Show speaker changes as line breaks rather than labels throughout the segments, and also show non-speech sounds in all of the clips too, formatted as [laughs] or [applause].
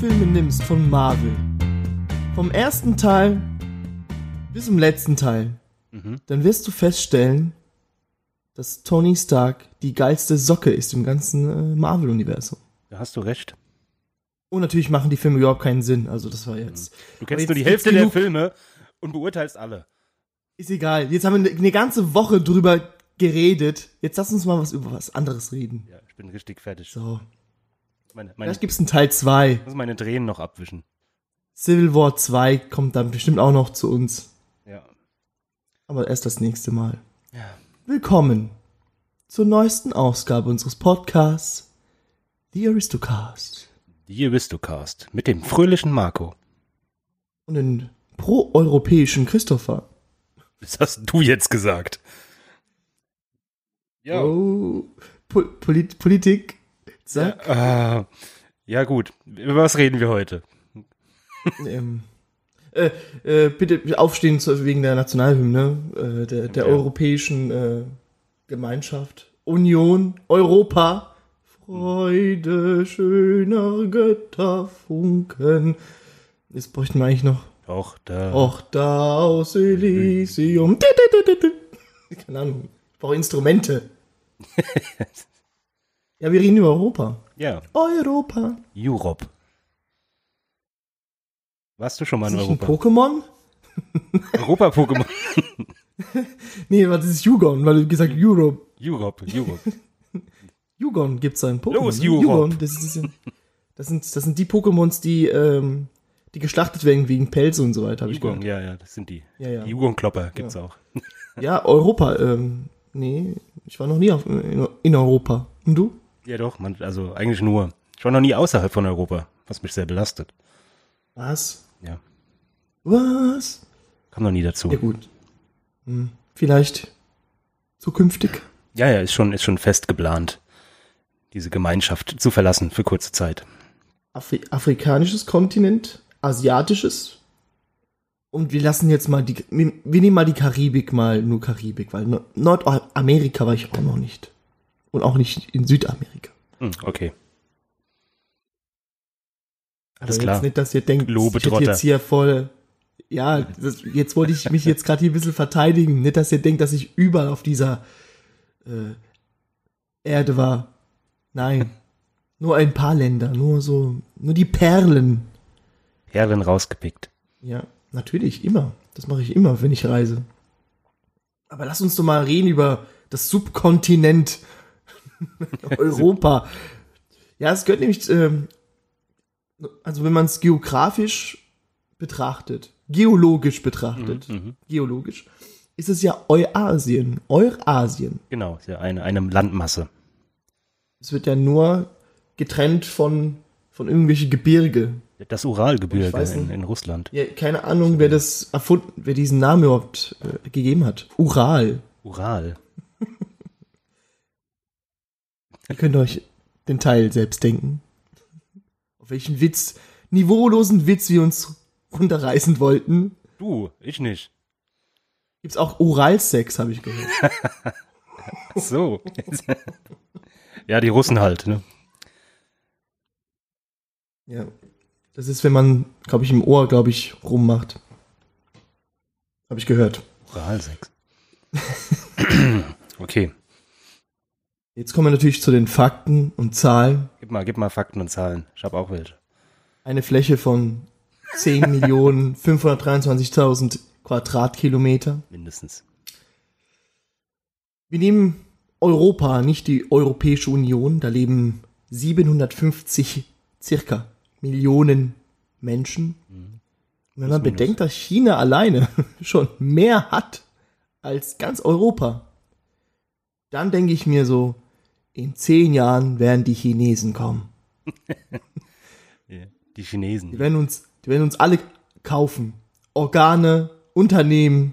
Filme nimmst von Marvel, vom ersten Teil bis zum letzten Teil,
Mhm.
dann wirst du feststellen, dass Tony Stark die geilste Socke ist im ganzen äh, Marvel-Universum.
Da hast du recht.
Und natürlich machen die Filme überhaupt keinen Sinn. Also das war jetzt.
Du
Aber
kennst
jetzt
nur die
gibt's
Hälfte der
genug-
Filme und beurteilst alle.
Ist egal. Jetzt haben wir eine ganze Woche drüber geredet. Jetzt lass uns mal was über was anderes reden.
Ja, ich bin richtig fertig.
So.
Meine, meine,
Vielleicht gibt es einen Teil 2.
muss meine Tränen noch abwischen.
Civil War 2 kommt dann bestimmt auch noch zu uns.
Ja.
Aber erst das nächste Mal.
Ja.
Willkommen zur neuesten Ausgabe unseres Podcasts, The Aristocast.
Die Aristocast mit dem fröhlichen Marco.
Und den proeuropäischen Christopher.
Das hast du jetzt gesagt. Ja.
Oh. Po Polit Politik. Sag.
Ja, äh, ja gut. Über was reden wir heute?
Ähm, äh, äh, bitte aufstehen zu, wegen der Nationalhymne, äh, der, der
Ja.
europäischen äh, Gemeinschaft, Union, Europa. Freude schöner Götterfunken. Jetzt bräuchten wir eigentlich noch.
Doch, da.
Och, da aus
[laughs]
Elysium. Di, di, di, di, di. Keine Ahnung. Ich brauche Instrumente. [laughs] ja, wir reden über Europa.
Ja,
Europa.
Europe. Warst du schon mal
Ist
in
nicht ein
Europa?
Pokémon?
Europa-Pokémon. [laughs]
Nee, was ist Jugon? Weil du gesagt Europe.
Europe,
[laughs]
Europe.
Jugon gibt's da in Pokémon.
Los,
ne?
Jugon.
das, ist, das, sind, das, sind, das sind die Pokémons, die, ähm, die geschlachtet werden wegen Pelze und so weiter, habe ich
Jugong,
gehört.
ja, ja, das sind die.
Ja, ja.
Die Jugong-Klopper gibt's auch.
Ja, Europa. Ähm, nee, ich war noch nie auf, in, in Europa. Und du?
Ja, doch, man, also eigentlich nur. Ich war noch nie außerhalb von Europa, was mich sehr belastet.
Was?
Ja,
Was?
kam noch nie dazu.
Ja, gut. Hm, vielleicht zukünftig.
Ja, ja, ist schon, ist schon fest geplant, diese Gemeinschaft zu verlassen für kurze Zeit.
Afri afrikanisches Kontinent, asiatisches. Und wir lassen jetzt mal die. Wir wir nehmen mal die Karibik mal, nur Karibik, weil Nor- Nordamerika war ich auch noch nicht. Und auch nicht in Südamerika.
Hm, okay. Alles
Also
klar.
Jetzt nicht, dass ihr denkt, ich hätte
Globetrotter.
jetzt hier voll. Ja, das, jetzt wollte ich mich jetzt gerade hier ein bisschen verteidigen. Nicht, dass ihr denkt, dass ich überall auf dieser äh, Erde war. Nein. Nur ein paar Länder, nur so, nur die Perlen.
Perlen rausgepickt.
Ja, natürlich, immer. Das mache ich immer, wenn ich reise. Aber lass uns doch mal reden über das
[laughs]
Subkontinent Europa. Ja, es gehört nämlich, ähm, also wenn man es geografisch betrachtet, geologisch betrachtet,
Mhm.
geologisch, ist es ja Eurasien. Eurasien.
Genau, ist ja eine, eine Landmasse.
Es wird ja nur getrennt von, von irgendwelche Gebirge.
Das
Ich
Uralgebirge
weiß
in,
nicht.
in Russland.
Ja, keine Ahnung, wer das erfunden, wer diesen Namen überhaupt äh, gegeben hat. Ural.
Ural.
Ihr könnt euch den Teil selbst denken. Auf welchen Witz, niveaulosen Witz wir uns runterreißen wollten.
Du, ich nicht.
Gibt's auch Oralsex, habe ich gehört.
Ach
[laughs]
so. ja, die Russen halt, ne?
ja. Das ist, wenn man, glaube ich, im Ohr, glaube ich, rummacht. Habe ich gehört. [laughs]
Oralsex. okay,
Jetzt kommen wir natürlich zu den Fakten und Zahlen.
gib mal, gib mal Fakten und Zahlen. Ich habe auch welche.
Eine Fläche von 10.523.000 Quadratkilometer.
Mindestens.
Wir nehmen Europa, nicht die Europäische Union. Da leben 750 circa Millionen Menschen. Und wenn man
minus.
bedenkt, dass China alleine [laughs] schon mehr hat als ganz Europa, dann denke ich mir so, in zehn Jahren werden die Chinesen kommen.
Ja. Die
Die
Chinesen.
werden uns, die werden uns alle kaufen. Organe, Unternehmen,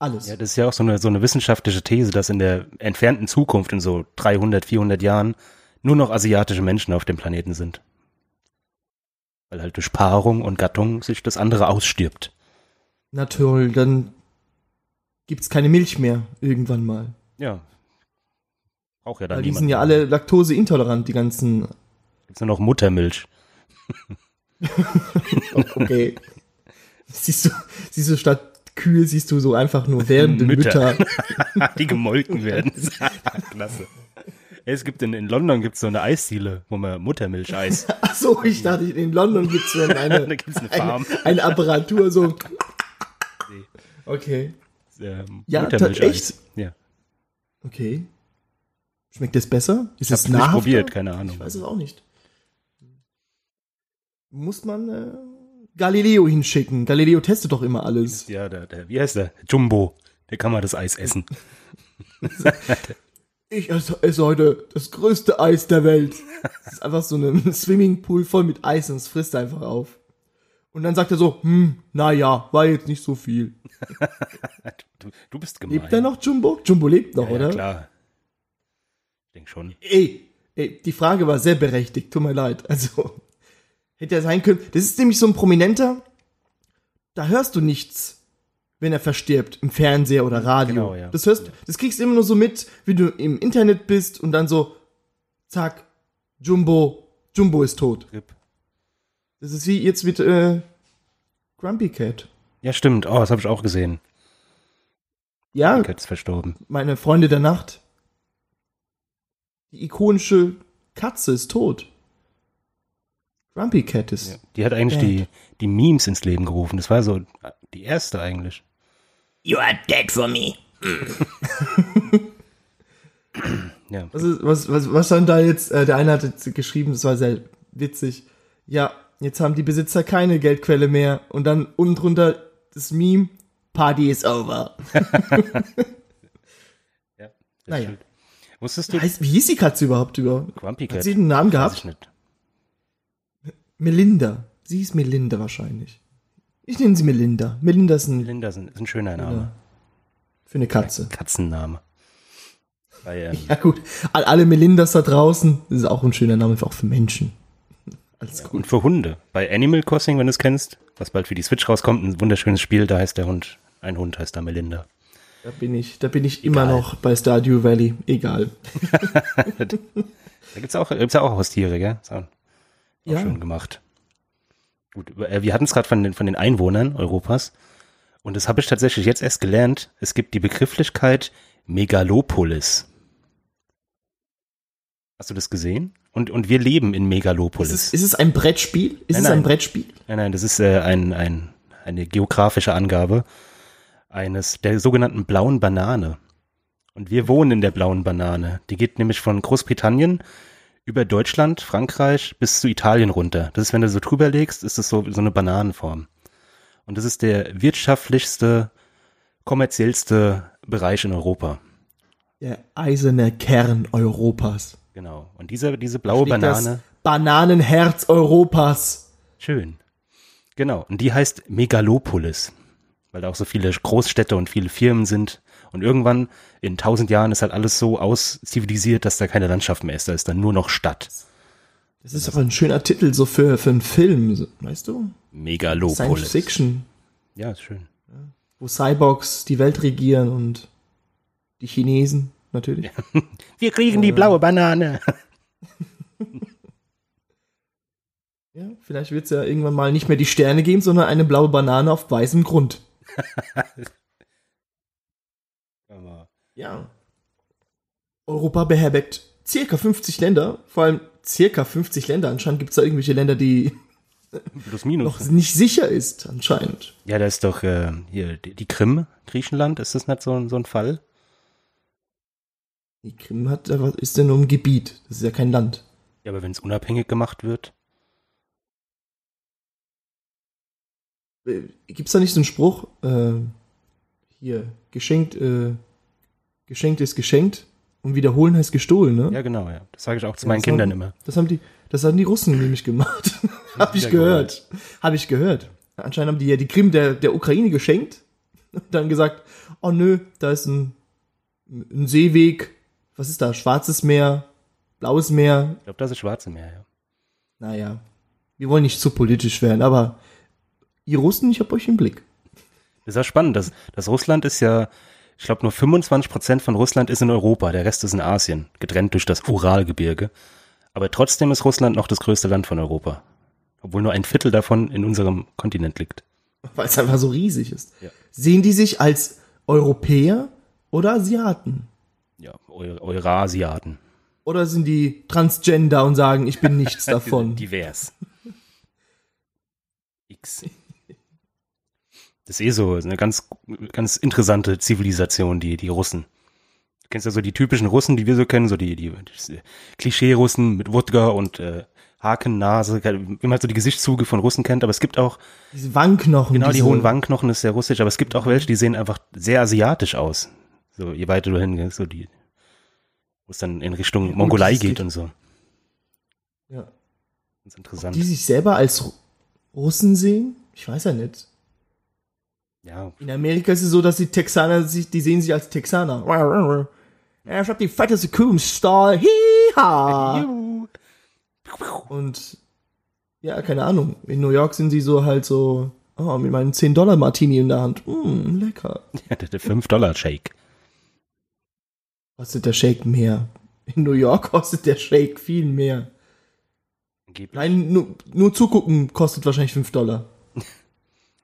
alles.
Ja, das ist ja auch so eine, so eine wissenschaftliche These, dass in der entfernten Zukunft, in so 300, 400 Jahren, nur noch asiatische Menschen auf dem Planeten sind. Weil halt durch Paarung und Gattung sich das andere ausstirbt.
Na toll, dann gibt's keine Milch mehr irgendwann mal.
Ja. Auch ja dann
Weil die
niemand
sind ja
mehr.
alle laktoseintolerant, die ganzen
Gibt's nur noch [laughs] Muttermilch. [laughs]
Okay. siehst, du, siehst du statt Kühe, siehst du so einfach nur werdende
Mütter.
Mütter.
[laughs] Ah, die gemolken [laughs] werden. Klasse. Es gibt in, in London gibt's so eine Eisdiele, wo man
[laughs]
Muttermilch-Eis.
Ach so, ich dachte, in London gibt's schon eine,
Da gibt's [laughs] eine Farm.
eine, eine Apparatur, so. Okay.
Ähm,
Ja,
Muttermilch-Eis.
echt?
Ja.
Okay. Schmeckt das besser? Ist
Ich
das
hab's nicht
nahrhaft?
probiert, keine Ahnung.
Ich weiß es auch nicht. Muss man äh, Galileo hinschicken. Galileo testet doch immer alles.
Ja, der, der, wie heißt der? Jumbo. Der kann mal das Eis essen.
Ich esse, esse heute das größte Eis der Welt. Es ist einfach so ein [laughs] Swimmingpool voll mit Eis und es frisst einfach auf. Und dann sagt er so, hm, naja, war jetzt nicht so viel.
Du, du bist gemein.
Lebt er noch, Jumbo? Jumbo lebt noch,
Ja,
oder?
ja, klar. Ich denke schon.
Ey, ey, die Frage war sehr berechtigt, tut mir leid. Also, [laughs] hätte ja sein können. Das ist nämlich so ein Prominenter, da hörst du nichts, wenn er verstirbt, im Fernseher oder Radio.
Genau, ja.
Das hörst, das kriegst du immer nur so mit, wie du im Internet bist und dann so, zack, Jumbo, Jumbo ist tot.
Rip.
Das ist wie jetzt mit, äh, Grumpy Cat.
Ja, stimmt. Oh, das habe ich auch gesehen.
Ja, Ah.
Der Cat ist verstorben.
meine Freunde der Nacht. Die ikonische Katze ist tot. Grumpy Cat ist
Die hat eigentlich die, die Memes ins Leben gerufen. Das war so die erste eigentlich.
You are dead for me.
Ja.
Was, ist, was, was, was stand da jetzt? Äh, der eine hat jetzt geschrieben, das war sehr witzig. Ja, jetzt haben die Besitzer keine Geldquelle mehr. Und dann unten drunter das Meme, Party is over.
ja
Naja.
stimmt. Wusstest du,
Heißt, wie hieß die Katze überhaupt über?
Grumpy Cat?
Hat sie einen Namen
Weiß
gehabt?
ich nicht.
Melinda. Sie hieß Melinda wahrscheinlich. Ich nenne sie Melinda. Melinda ist ein,
Linda ist ein, ist ein schöner Name.
für eine Katze.
Katzenname. Weil, ähm,
Ja gut, an alle Melindas da draußen, das ist auch ein schöner Name, auch für Menschen. Alles gut.
Und für Hunde. Bei Animal Crossing, wenn du es kennst, was bald für die Switch rauskommt, ein wunderschönes Spiel, da heißt der Hund, ein Hund heißt da Melinda.
Da bin ich, da bin ich immer
Egal.
noch bei Stardew Valley. Egal.
Da gibt's auch, gibt's ja auch Haustiere, gell? Ist auch, auch
Ja.
schön gemacht. Gut, äh, wir hatten es gerade von den, von den Einwohnern Europas. Und das habe ich tatsächlich jetzt erst gelernt. Es gibt die Begrifflichkeit Megalopolis. Hast du das gesehen? Und, und wir leben in Megalopolis.
Ist es, ist es ein Brettspiel? Ist
Nein,
es ein
nein.
Brettspiel?
Nein, nein, das ist äh, ein, ein, eine geografische Angabe eines der sogenannten blauen Banane. Und wir wohnen in der blauen Banane. Die geht nämlich von Großbritannien über Deutschland, Frankreich bis zu Italien runter. Das ist, wenn du so drüber legst, ist das so, so eine Bananenform. Und das ist der wirtschaftlichste, kommerziellste Bereich in Europa.
Der eiserne Kern Europas.
Genau. Und dieser, diese blaue
Schlägt
Banane.
Das Bananenherz Europas.
Schön. Genau. Und die heißt Megalopolis, weil da auch so viele Großstädte und viele Firmen sind. Und irgendwann in tausend Jahren ist halt alles so auszivilisiert, dass da keine Landschaft mehr ist. Da ist dann nur noch Stadt.
Das ist aber ein schöner Titel so für, für einen Film, so, weißt du? Science
Megalopolis.
Fiction,
Ja, ist schön.
wo Cyborgs die Welt regieren und die Chinesen natürlich.
Wir kriegen die blaue Banane. [laughs]
Ja, vielleicht wird es ja irgendwann mal nicht mehr die Sterne geben, sondern eine blaue Banane auf weißem Grund. Ja. Europa beherbergt circa 50 Länder, vor allem circa 50 Länder. Anscheinend gibt es da irgendwelche Länder, die noch
Plus minus.
nicht sicher ist, anscheinend.
Ja, da ist doch äh, hier die, die Krim, Griechenland. Ist das nicht so, ein- so ein Fall?
Die Krim hat, aber ist ja nur ein Gebiet, das ist ja kein Land.
Ja, aber wenn es unabhängig gemacht wird.
Äh, Gibt's da nicht so einen Spruch, äh, hier, geschenkt, äh, geschenkt ist geschenkt und wiederholen heißt gestohlen, ne?
Ja, genau, ja. Das sage ich auch zu
Ja,
meinen
das war-
Kindern immer.
Das haben die, das haben die Russen nämlich
[laughs]
gemacht. Hab ich
Ja,
gehört. Hab ich gehört. Anscheinend haben die ja die Krim der, der Ukraine geschenkt und dann gesagt, oh nö, da ist ein, ein Seeweg. Was ist da? Schwarzes Meer, blaues Meer.
Ich glaube, das ist Schwarze Meer, ja.
Naja, wir wollen nicht zu politisch werden, aber ihr Russen, ich hab euch im Blick. [laughs]
Das ist ja spannend. Das, das Russland ist ja, ich glaube, nur 25 Prozent von Russland ist in Europa, der Rest ist in Asien, getrennt durch das Uralgebirge. Aber trotzdem ist Russland noch das größte Land von Europa. Obwohl nur ein Viertel davon in unserem Kontinent liegt.
weil es einfach so riesig ist.
Ja.
Sehen die sich als Europäer oder Asiaten?
Ja, Eu Eurasiaten.
Oder sind die Transgender und sagen, ich bin
[laughs]
nichts davon?
Divers. X. Das ist eh so, ist eine ganz, ganz interessante Zivilisation, die, die Russen. Du kennst ja so die typischen Russen, die wir so kennen, so die, die, die Klischee-Russen mit Wodka und äh, Hakennase, wie man halt so die Gesichtszüge von Russen kennt, aber es gibt auch,
Diese Wangenknochen.
genau,
Genau
die
diese-
hohen Wangenknochen ist sehr russisch, aber es gibt auch welche, die sehen einfach sehr asiatisch aus. So, je weiter du hingehst, so die, wo es dann in Richtung
gut,
Mongolei
das
geht,
geht-
und so.
Ja.
Das ist interessant.
Die sich selber als Ru- Russen sehen? Ich weiß ja nicht.
ja,
In Amerika ist es so, dass die Texaner sich, die sehen sich als Texaner. Ja, ich hab die fetteste Kuh im Stall. Hiha!
Juhu.
Und ja, keine Ahnung. In New York sind sie so halt so, oh, mit meinem 10-Dollar-Martini in der Hand. Mm, lecker.
Ja, der, der 5-Dollar-Shake.
Kostet der Shake mehr. In New York [laughs] kostet der Shake viel mehr.
Angeblich.
Nein, nur, nur zugucken kostet wahrscheinlich 5 Dollar.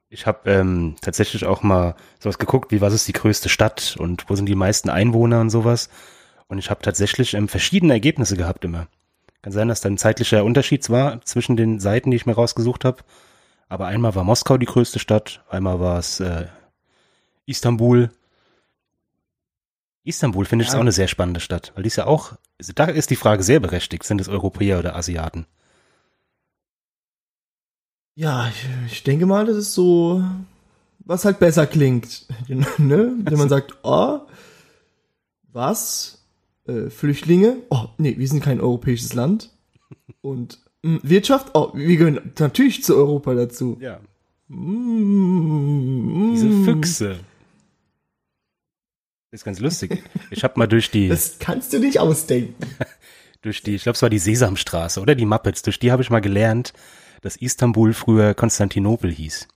Ich habe ähm, tatsächlich auch mal sowas geguckt, wie was ist die größte Stadt und wo sind die meisten Einwohner und sowas. Und ich habe tatsächlich ähm, verschiedene Ergebnisse gehabt immer. Kann sein, dass da ein zeitlicher Unterschied war zwischen den Seiten, die ich mir rausgesucht habe. Aber einmal war Moskau die größte Stadt, einmal war es äh, Istanbul. Istanbul finde ich ist
Ja.
auch eine sehr spannende Stadt, weil die ist ja auch, also da ist die Frage sehr berechtigt, sind es Europäer oder Asiaten?
Ja, ich, ich denke mal, das ist so, was halt besser klingt. [laughs] ne? Wenn man sagt, oh, was? Äh, Flüchtlinge? Oh, nee, wir sind kein europäisches Land. Und mm, Wirtschaft? Oh, wir gehören natürlich zu Europa dazu.
Ja,
Mm, mm.
Diese Füchse. Das ist ganz lustig. Ich habe mal durch die,
Das kannst du nicht ausdenken.
durch die, ich glaube, es war die Sesamstraße oder die Muppets, durch die habe ich mal gelernt, dass Istanbul früher Konstantinopel hieß.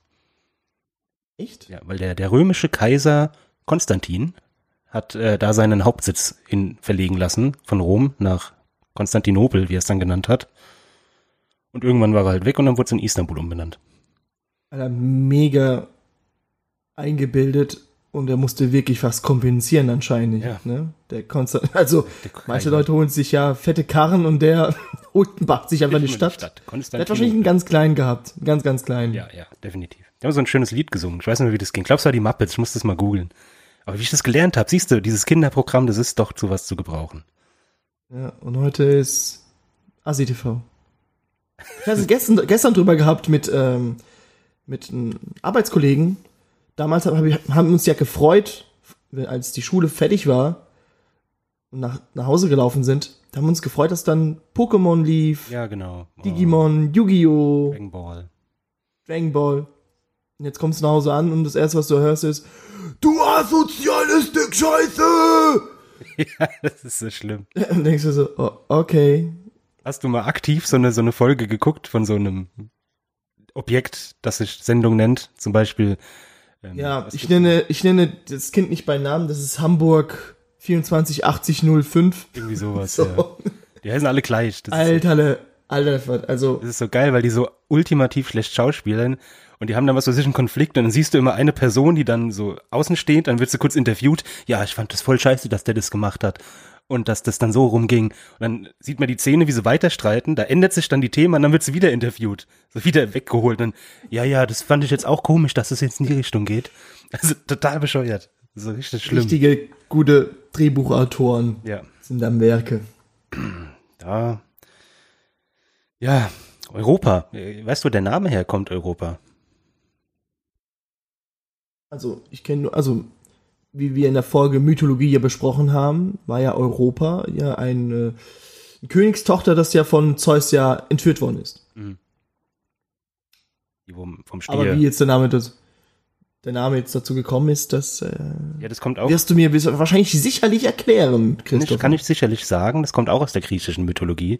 Echt?
Ja, weil der, der römische Kaiser Konstantin hat äh, da seinen Hauptsitz hin verlegen lassen, von Rom nach Konstantinopel, wie er es dann genannt hat. Und irgendwann war er halt weg und dann wurde es in Istanbul umbenannt.
Alter, mega eingebildet und er musste wirklich was kompensieren anscheinend.
Ja.
Ne? Der Konstant, also
Der
Manche
Kaiser-
Leute holen sich ja fette Karren und der [laughs] holt macht sich einfach die
Die
Stadt. Der
Konstantinopel.
hat wahrscheinlich einen ganz kleinen gehabt. Einen ganz, ganz kleinen.
Ja, ja, definitiv. Die haben so ein schönes Lied gesungen. Ich weiß nicht mehr, wie das ging. Ich glaube, es war die Muppets. Ich muss das mal googeln. Aber wie ich das gelernt habe, siehst du, dieses Kinderprogramm, das ist doch zu was zu gebrauchen.
Ja, und heute ist Asi TV. Ich hatte es gestern, gestern drüber gehabt mit, ähm, mit einem Arbeitskollegen. Damals hab, hab ich, haben wir uns ja gefreut, wenn- als die Schule fertig war und nach, nach Hause gelaufen sind. Da haben wir uns gefreut, dass dann Pokémon lief,
Ja, genau. Oh,
Digimon, Yu-Gi-Oh!
Dragon Ball.
Dragon Ball. Und jetzt kommst du nach Hause an und das erste, was du hörst, ist Du asoziales Stück Scheiße!
[laughs]
[laughs]
ja, das ist so schlimm.
Und denkst du so, oh, okay.
Hast du mal aktiv so eine, so eine Folge geguckt von so einem Objekt, das sich Sendung nennt? Zum Beispiel. ähm,
Ja,
was
ich
gibt's-
nenne, ich nenne das Kind nicht bei Namen, das ist Hamburg 248005.
Irgendwie [laughs] sowas, ja.
So.
Die heißen alle gleich. Das ist,
Alter, Alter, also,
das ist so geil, weil die so ultimativ schlecht schauspielern und die haben dann was für sich einen Konflikt und dann siehst du immer eine Person, die dann so außen steht, dann wird sie kurz interviewt. Ja, ich fand das voll scheiße, dass der das gemacht hat und dass das dann so rumging. Und dann sieht man die Szene, wie sie weiter streiten, da ändert sich dann die Themen und dann wird sie wieder interviewt, so wieder weggeholt. Und dann, ja, ja, das fand ich jetzt auch komisch, dass es jetzt in die Richtung geht. Also total bescheuert. So richtig schlimm.
richtige, gute Drehbuchautoren
Ja.
sind am Werke.
Da. Ja, Europa. Äh, Weißt du, wo der Name herkommt, Europa?
Also, ich kenne nur, also, wie wir in der Folge Mythologie ja besprochen haben, war ja Europa ja eine, eine Königstochter, das ja von Zeus ja entführt worden ist.
Die vom, vom Stier.
Aber wie jetzt der Name, das, der Name jetzt dazu gekommen ist, das äh,
ja, das kommt auch.
wirst du mir bis- wahrscheinlich sicherlich erklären,
Kann ich,
Christoph.
kann ich sicherlich sagen, das kommt auch aus der griechischen Mythologie.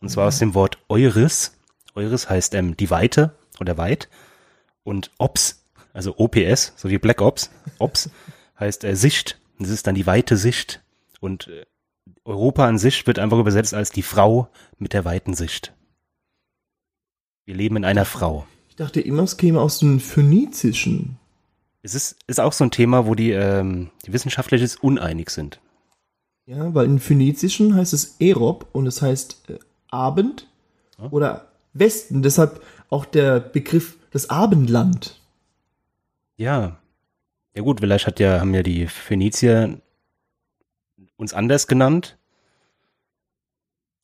Und zwar aus dem Wort Euris. Euris heißt ähm, die Weite oder Weit. Und Ops, also OPS, so wie [laughs] Black Ops, Ops heißt äh, Sicht. Und Das ist dann die weite Sicht. Und äh, Europa an sich wird einfach übersetzt als die Frau mit der weiten Sicht. Wir leben in einer Frau.
Ich dachte immer, es käme aus dem Phönizischen.
Es ist, ist auch so ein Thema, wo die, ähm, die Wissenschaftler sich uneinig sind.
Ja, weil im Phönizischen heißt es Erop und es heißt äh, Abend
Ja.
oder Westen. Deshalb auch der Begriff das Abendland.
Ja. Ja gut, vielleicht hat ja, haben ja die Phönizier uns anders genannt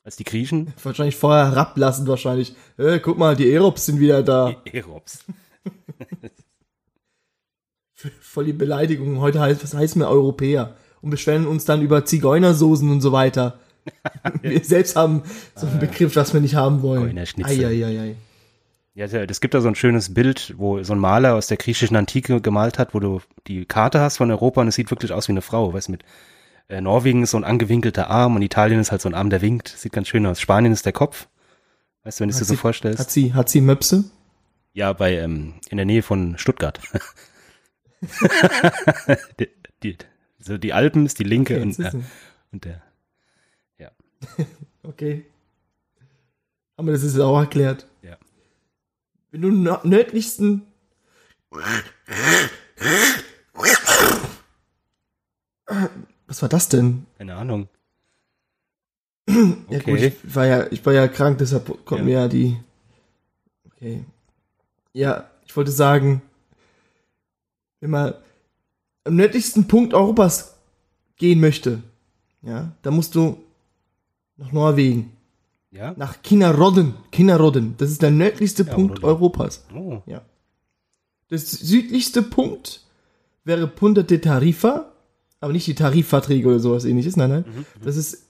als die Griechen.
Wahrscheinlich vorher herablassen, wahrscheinlich. Äh, guck mal, die Erops sind wieder da.
E- [laughs] Erops.
Voll die Beleidigung. Heute heißt, was heißt mir Europäer? Und beschweren uns dann über Zigeunersoßen und so
[laughs]
weiter. wir selbst haben so einen Begriff, was wir nicht haben wollen.
Ah. Zigeunerschnitzel.
Eieiei.
Ja, tja, es gibt da so ein schönes Bild, wo so ein Maler aus der griechischen Antike gemalt hat, wo du die Karte hast von Europa und es sieht wirklich aus wie eine Frau, weißt du, mit äh, Norwegen ist so ein angewinkelter Arm und Italien ist halt so ein Arm, der winkt. Sieht ganz schön aus. Spanien ist der Kopf. Weißt du, wenn du es dir so vorstellst.
Hat sie, hat sie Möpse?
Ja, bei ähm, in der Nähe
[laughs]
von Stuttgart. die, die, so die Alpen ist die linke
Okay,
und,
jetzt
äh,
ist sie.
und der.
Okay. Aber das ist auch erklärt.
Ja.
Wenn du nö- nördlichsten. Was war das denn?
Keine Ahnung.
Ja, gut,
Okay.
ich war ja, ich war ja krank, deshalb kommt
Ja.
mir ja die. Okay. Ja, ich wollte sagen, wenn man am nördlichsten Punkt Europas gehen möchte, ja, dann musst du nach Norwegen.
Ja?
Nach Kinnarodden. Kinnarodden. Das ist der nördlichste
Ja,
Punkt
Rodden.
Europas.
Oh,
Das südlichste Punkt wäre Punta de Tarifa, aber nicht die Tarifverträge oder sowas ähnliches. Nein,
Mhm,
nein. Das ist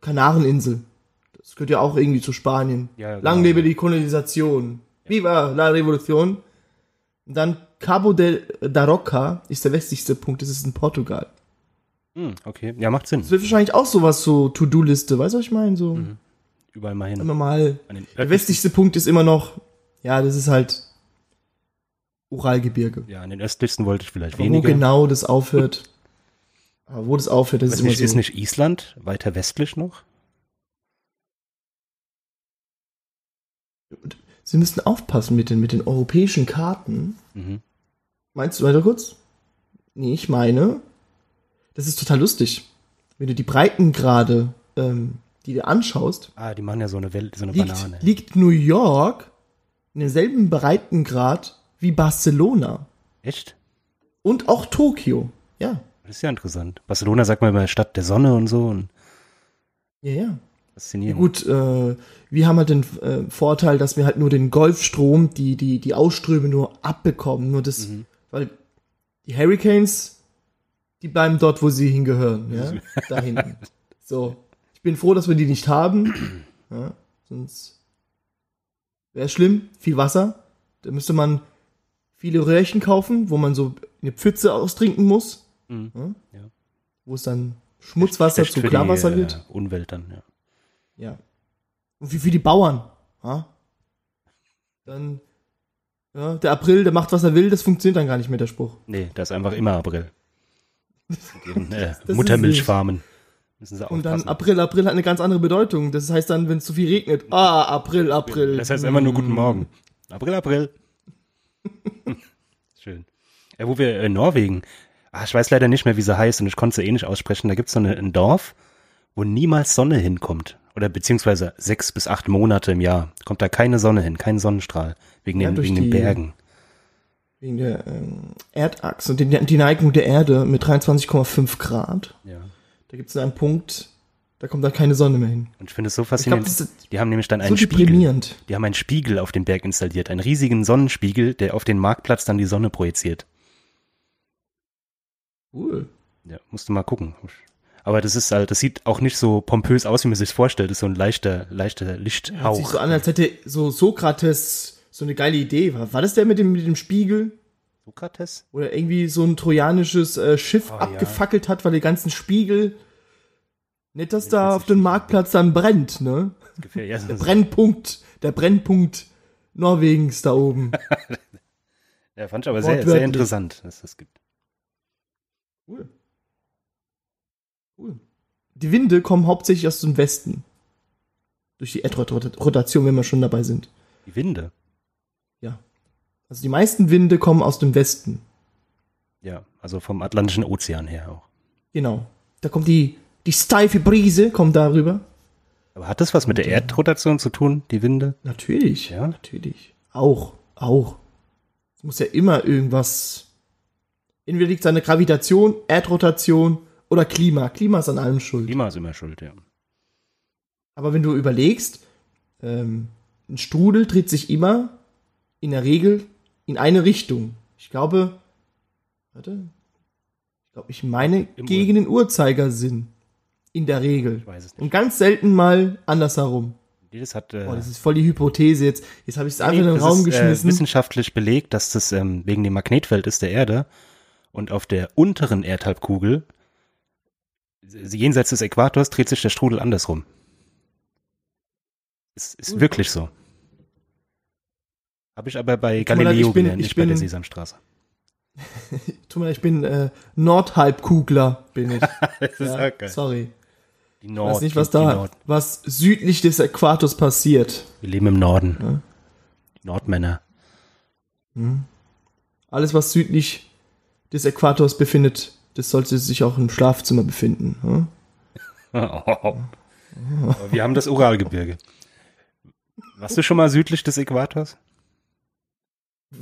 Kanareninsel. Das gehört ja auch irgendwie zu Spanien.
Ja, ja, genau.
Lang lebe die Kolonisation. Viva la Revolution. Und dann Cabo de, da Roca ist der westlichste Punkt. Das ist in Portugal.
hm, okay. Ja, macht Sinn.
Das wird wahrscheinlich auch sowas so To-Do-Liste. Weißt du, was ich meine? So
Mhm. Überall mal hin.
immer mal
An
Der
den östlichsten,
westlichste Punkt ist immer noch, ja, das ist halt Uralgebirge.
ja, an den östlichsten wollte ich vielleicht
Wo
weniger.
genau das
[laughs]
aufhört. Aber wo das aufhört, das
Weiß
ist immer
nicht,
so.
ist nicht Island weiter westlich noch?
Sie müssen aufpassen mit den, mit den europäischen Karten.
Mhm.
Meinst du weiter kurz? Nee, ich meine, das ist total lustig. Wenn du die Breitengrade, ähm, die du anschaust,
Ah, die machen ja so eine Welt, so eine Banane.
liegt, liegt New York in demselben Breitengrad wie Barcelona
Echt?
und auch Tokio. Ja,
Das ist ja interessant. Barcelona sagt man immer Stadt der Sonne und so und
ja, ja. Ja,
faszinierend.
gut, äh, wir haben halt den äh, Vorteil, dass wir halt nur den Golfstrom, die, die, die Ausströme nur abbekommen. Nur das,
Mhm.
weil die Hurricanes, die bleiben dort, wo sie hingehören.
[laughs]
Ja? da hinten. So. Ich bin froh, dass wir die nicht
[clears throat]
haben. Ja? Sonst wäre schlimm. Viel Wasser. Da müsste man viele Röhrchen kaufen, wo man so eine Pfütze austrinken muss,
Mhm.
wo es dann Schmutzwasser
Schlecht
zu
für die,
Klarwasser wird.
äh, Umwelt dann, ja.
Ja. Und wie für die Bauern. Ja? Dann, ja, der April, der macht, was er will, das funktioniert dann gar nicht mehr, der Spruch.
Nee, da ist einfach immer
[laughs]
April. Mit ihren, äh,
das ist
Muttermilchfarmen. Müssen sie
Und dann
aufpassen.
April, April hat eine ganz andere Bedeutung. Das heißt dann, wenn es zu viel regnet, ah, April, April. Mm.
Das heißt immer nur guten Morgen. April,
[laughs]
April. Schön. Äh, wo wir äh, Norwegen. Ah, ich weiß leider nicht mehr, wie sie heißt und ich konnte sie eh nicht aussprechen. Da gibt es so eine, ein Dorf, wo niemals Sonne hinkommt. Oder beziehungsweise sechs bis acht Monate im Jahr kommt da keine Sonne hin, kein Sonnenstrahl. Wegen,
Ja,
den,
durch
wegen den
die-
Bergen.
Wegen der ähm, Erdachse und die, die Neigung der Erde mit 23,5 Grad.
Ja.
Da gibt es einen Punkt, da kommt dann keine Sonne mehr hin.
Und ich finde es so
Ich glaube,
faszinierend.
das ist
die haben nämlich dann
so
einen Spiegel.
deprimierend.
Die haben einen Spiegel auf den Berg installiert, einen riesigen Sonnenspiegel, der auf den Marktplatz dann die Sonne projiziert.
Cool.
Ja, musst du mal gucken. Aber das ist halt, das sieht auch nicht so pompös aus, wie man sich vorstellt. Das ist so ein leichter, leichter
Hört sich
Lichthauch.
so an, als hätte so Sokrates so eine geile Idee. War, war das der mit dem, mit dem Spiegel?
Sokrates?
oder irgendwie so ein trojanisches äh, Schiff
Oh, ja.
abgefackelt hat, weil die ganzen Spiegel. Nicht, dass da
jetzt
auf dem
nicht. Also-
Marktplatz dann brennt, ne?
Das gefällt, ja, so, so,
Brennpunkt, der Brennpunkt Norwegens da
[laughs]
oben.
ja, fand ich aber sehr, sehr
wortwörtlich.
interessant, dass das gibt.
Cool. Cool. Die Winde kommen hauptsächlich aus dem Westen. Durch die Erdrotation, wenn wir schon dabei sind.
Die Winde.
Ja. Also die meisten Winde kommen aus dem Westen.
Ja, also vom Atlantischen Ozean her auch.
Genau. Da kommt die, die steife Brise, kommt darüber.
Aber hat das was mit der Erdrotation zu tun, die Winde?
Natürlich, ja, natürlich. Auch, auch. Es muss ja immer irgendwas. Entweder liegt es an der Gravitation, Erdrotation oder Klima. Klima ist an allem schuld.
Klima ist immer schuld, ja.
Aber wenn du überlegst, ähm, ein Strudel dreht sich immer in der Regel in eine Richtung. Ich glaube, warte, ich glaube, ich meine
Im
gegen den Uhrzeigersinn. In der Regel.
Ich weiß es
Und
nicht.
ganz selten mal andersherum.
Nee, Das hat äh,
Boah, Oh, das ist voll die Hypothese jetzt. Jetzt habe ich es einfach in den
das
Raum
ist, Äh,
geschmissen.
wissenschaftlich belegt, dass das ähm, wegen dem Magnetfeld ist der Erde und auf der unteren Erdhalbkugel s- jenseits des Äquators dreht sich der Strudel andersrum. Es ist
Gut.
wirklich so. Habe ich aber bei
Tut mir leid,
Galileo
ich bin-
gelernt,
ich
nicht bei der
bin- [laughs]
Sesamstraße.
Tut mir leid, ich bin äh, Nordhalbkugler, bin
[laughs]
ich.
Das
ja, Sorry.
Die
Ich
Nord,
weiß nicht, was
die- die
da,
Nord.
was südlich des Äquators passiert.
Wir leben im Norden.
Ja.
Die Nordmänner.
Alles, was südlich des Äquators befindet, das sollte sich auch im Schlafzimmer befinden. Hm?
[laughs] Oh. Aber wir haben das Uralgebirge. Warst du schon mal südlich des Äquators?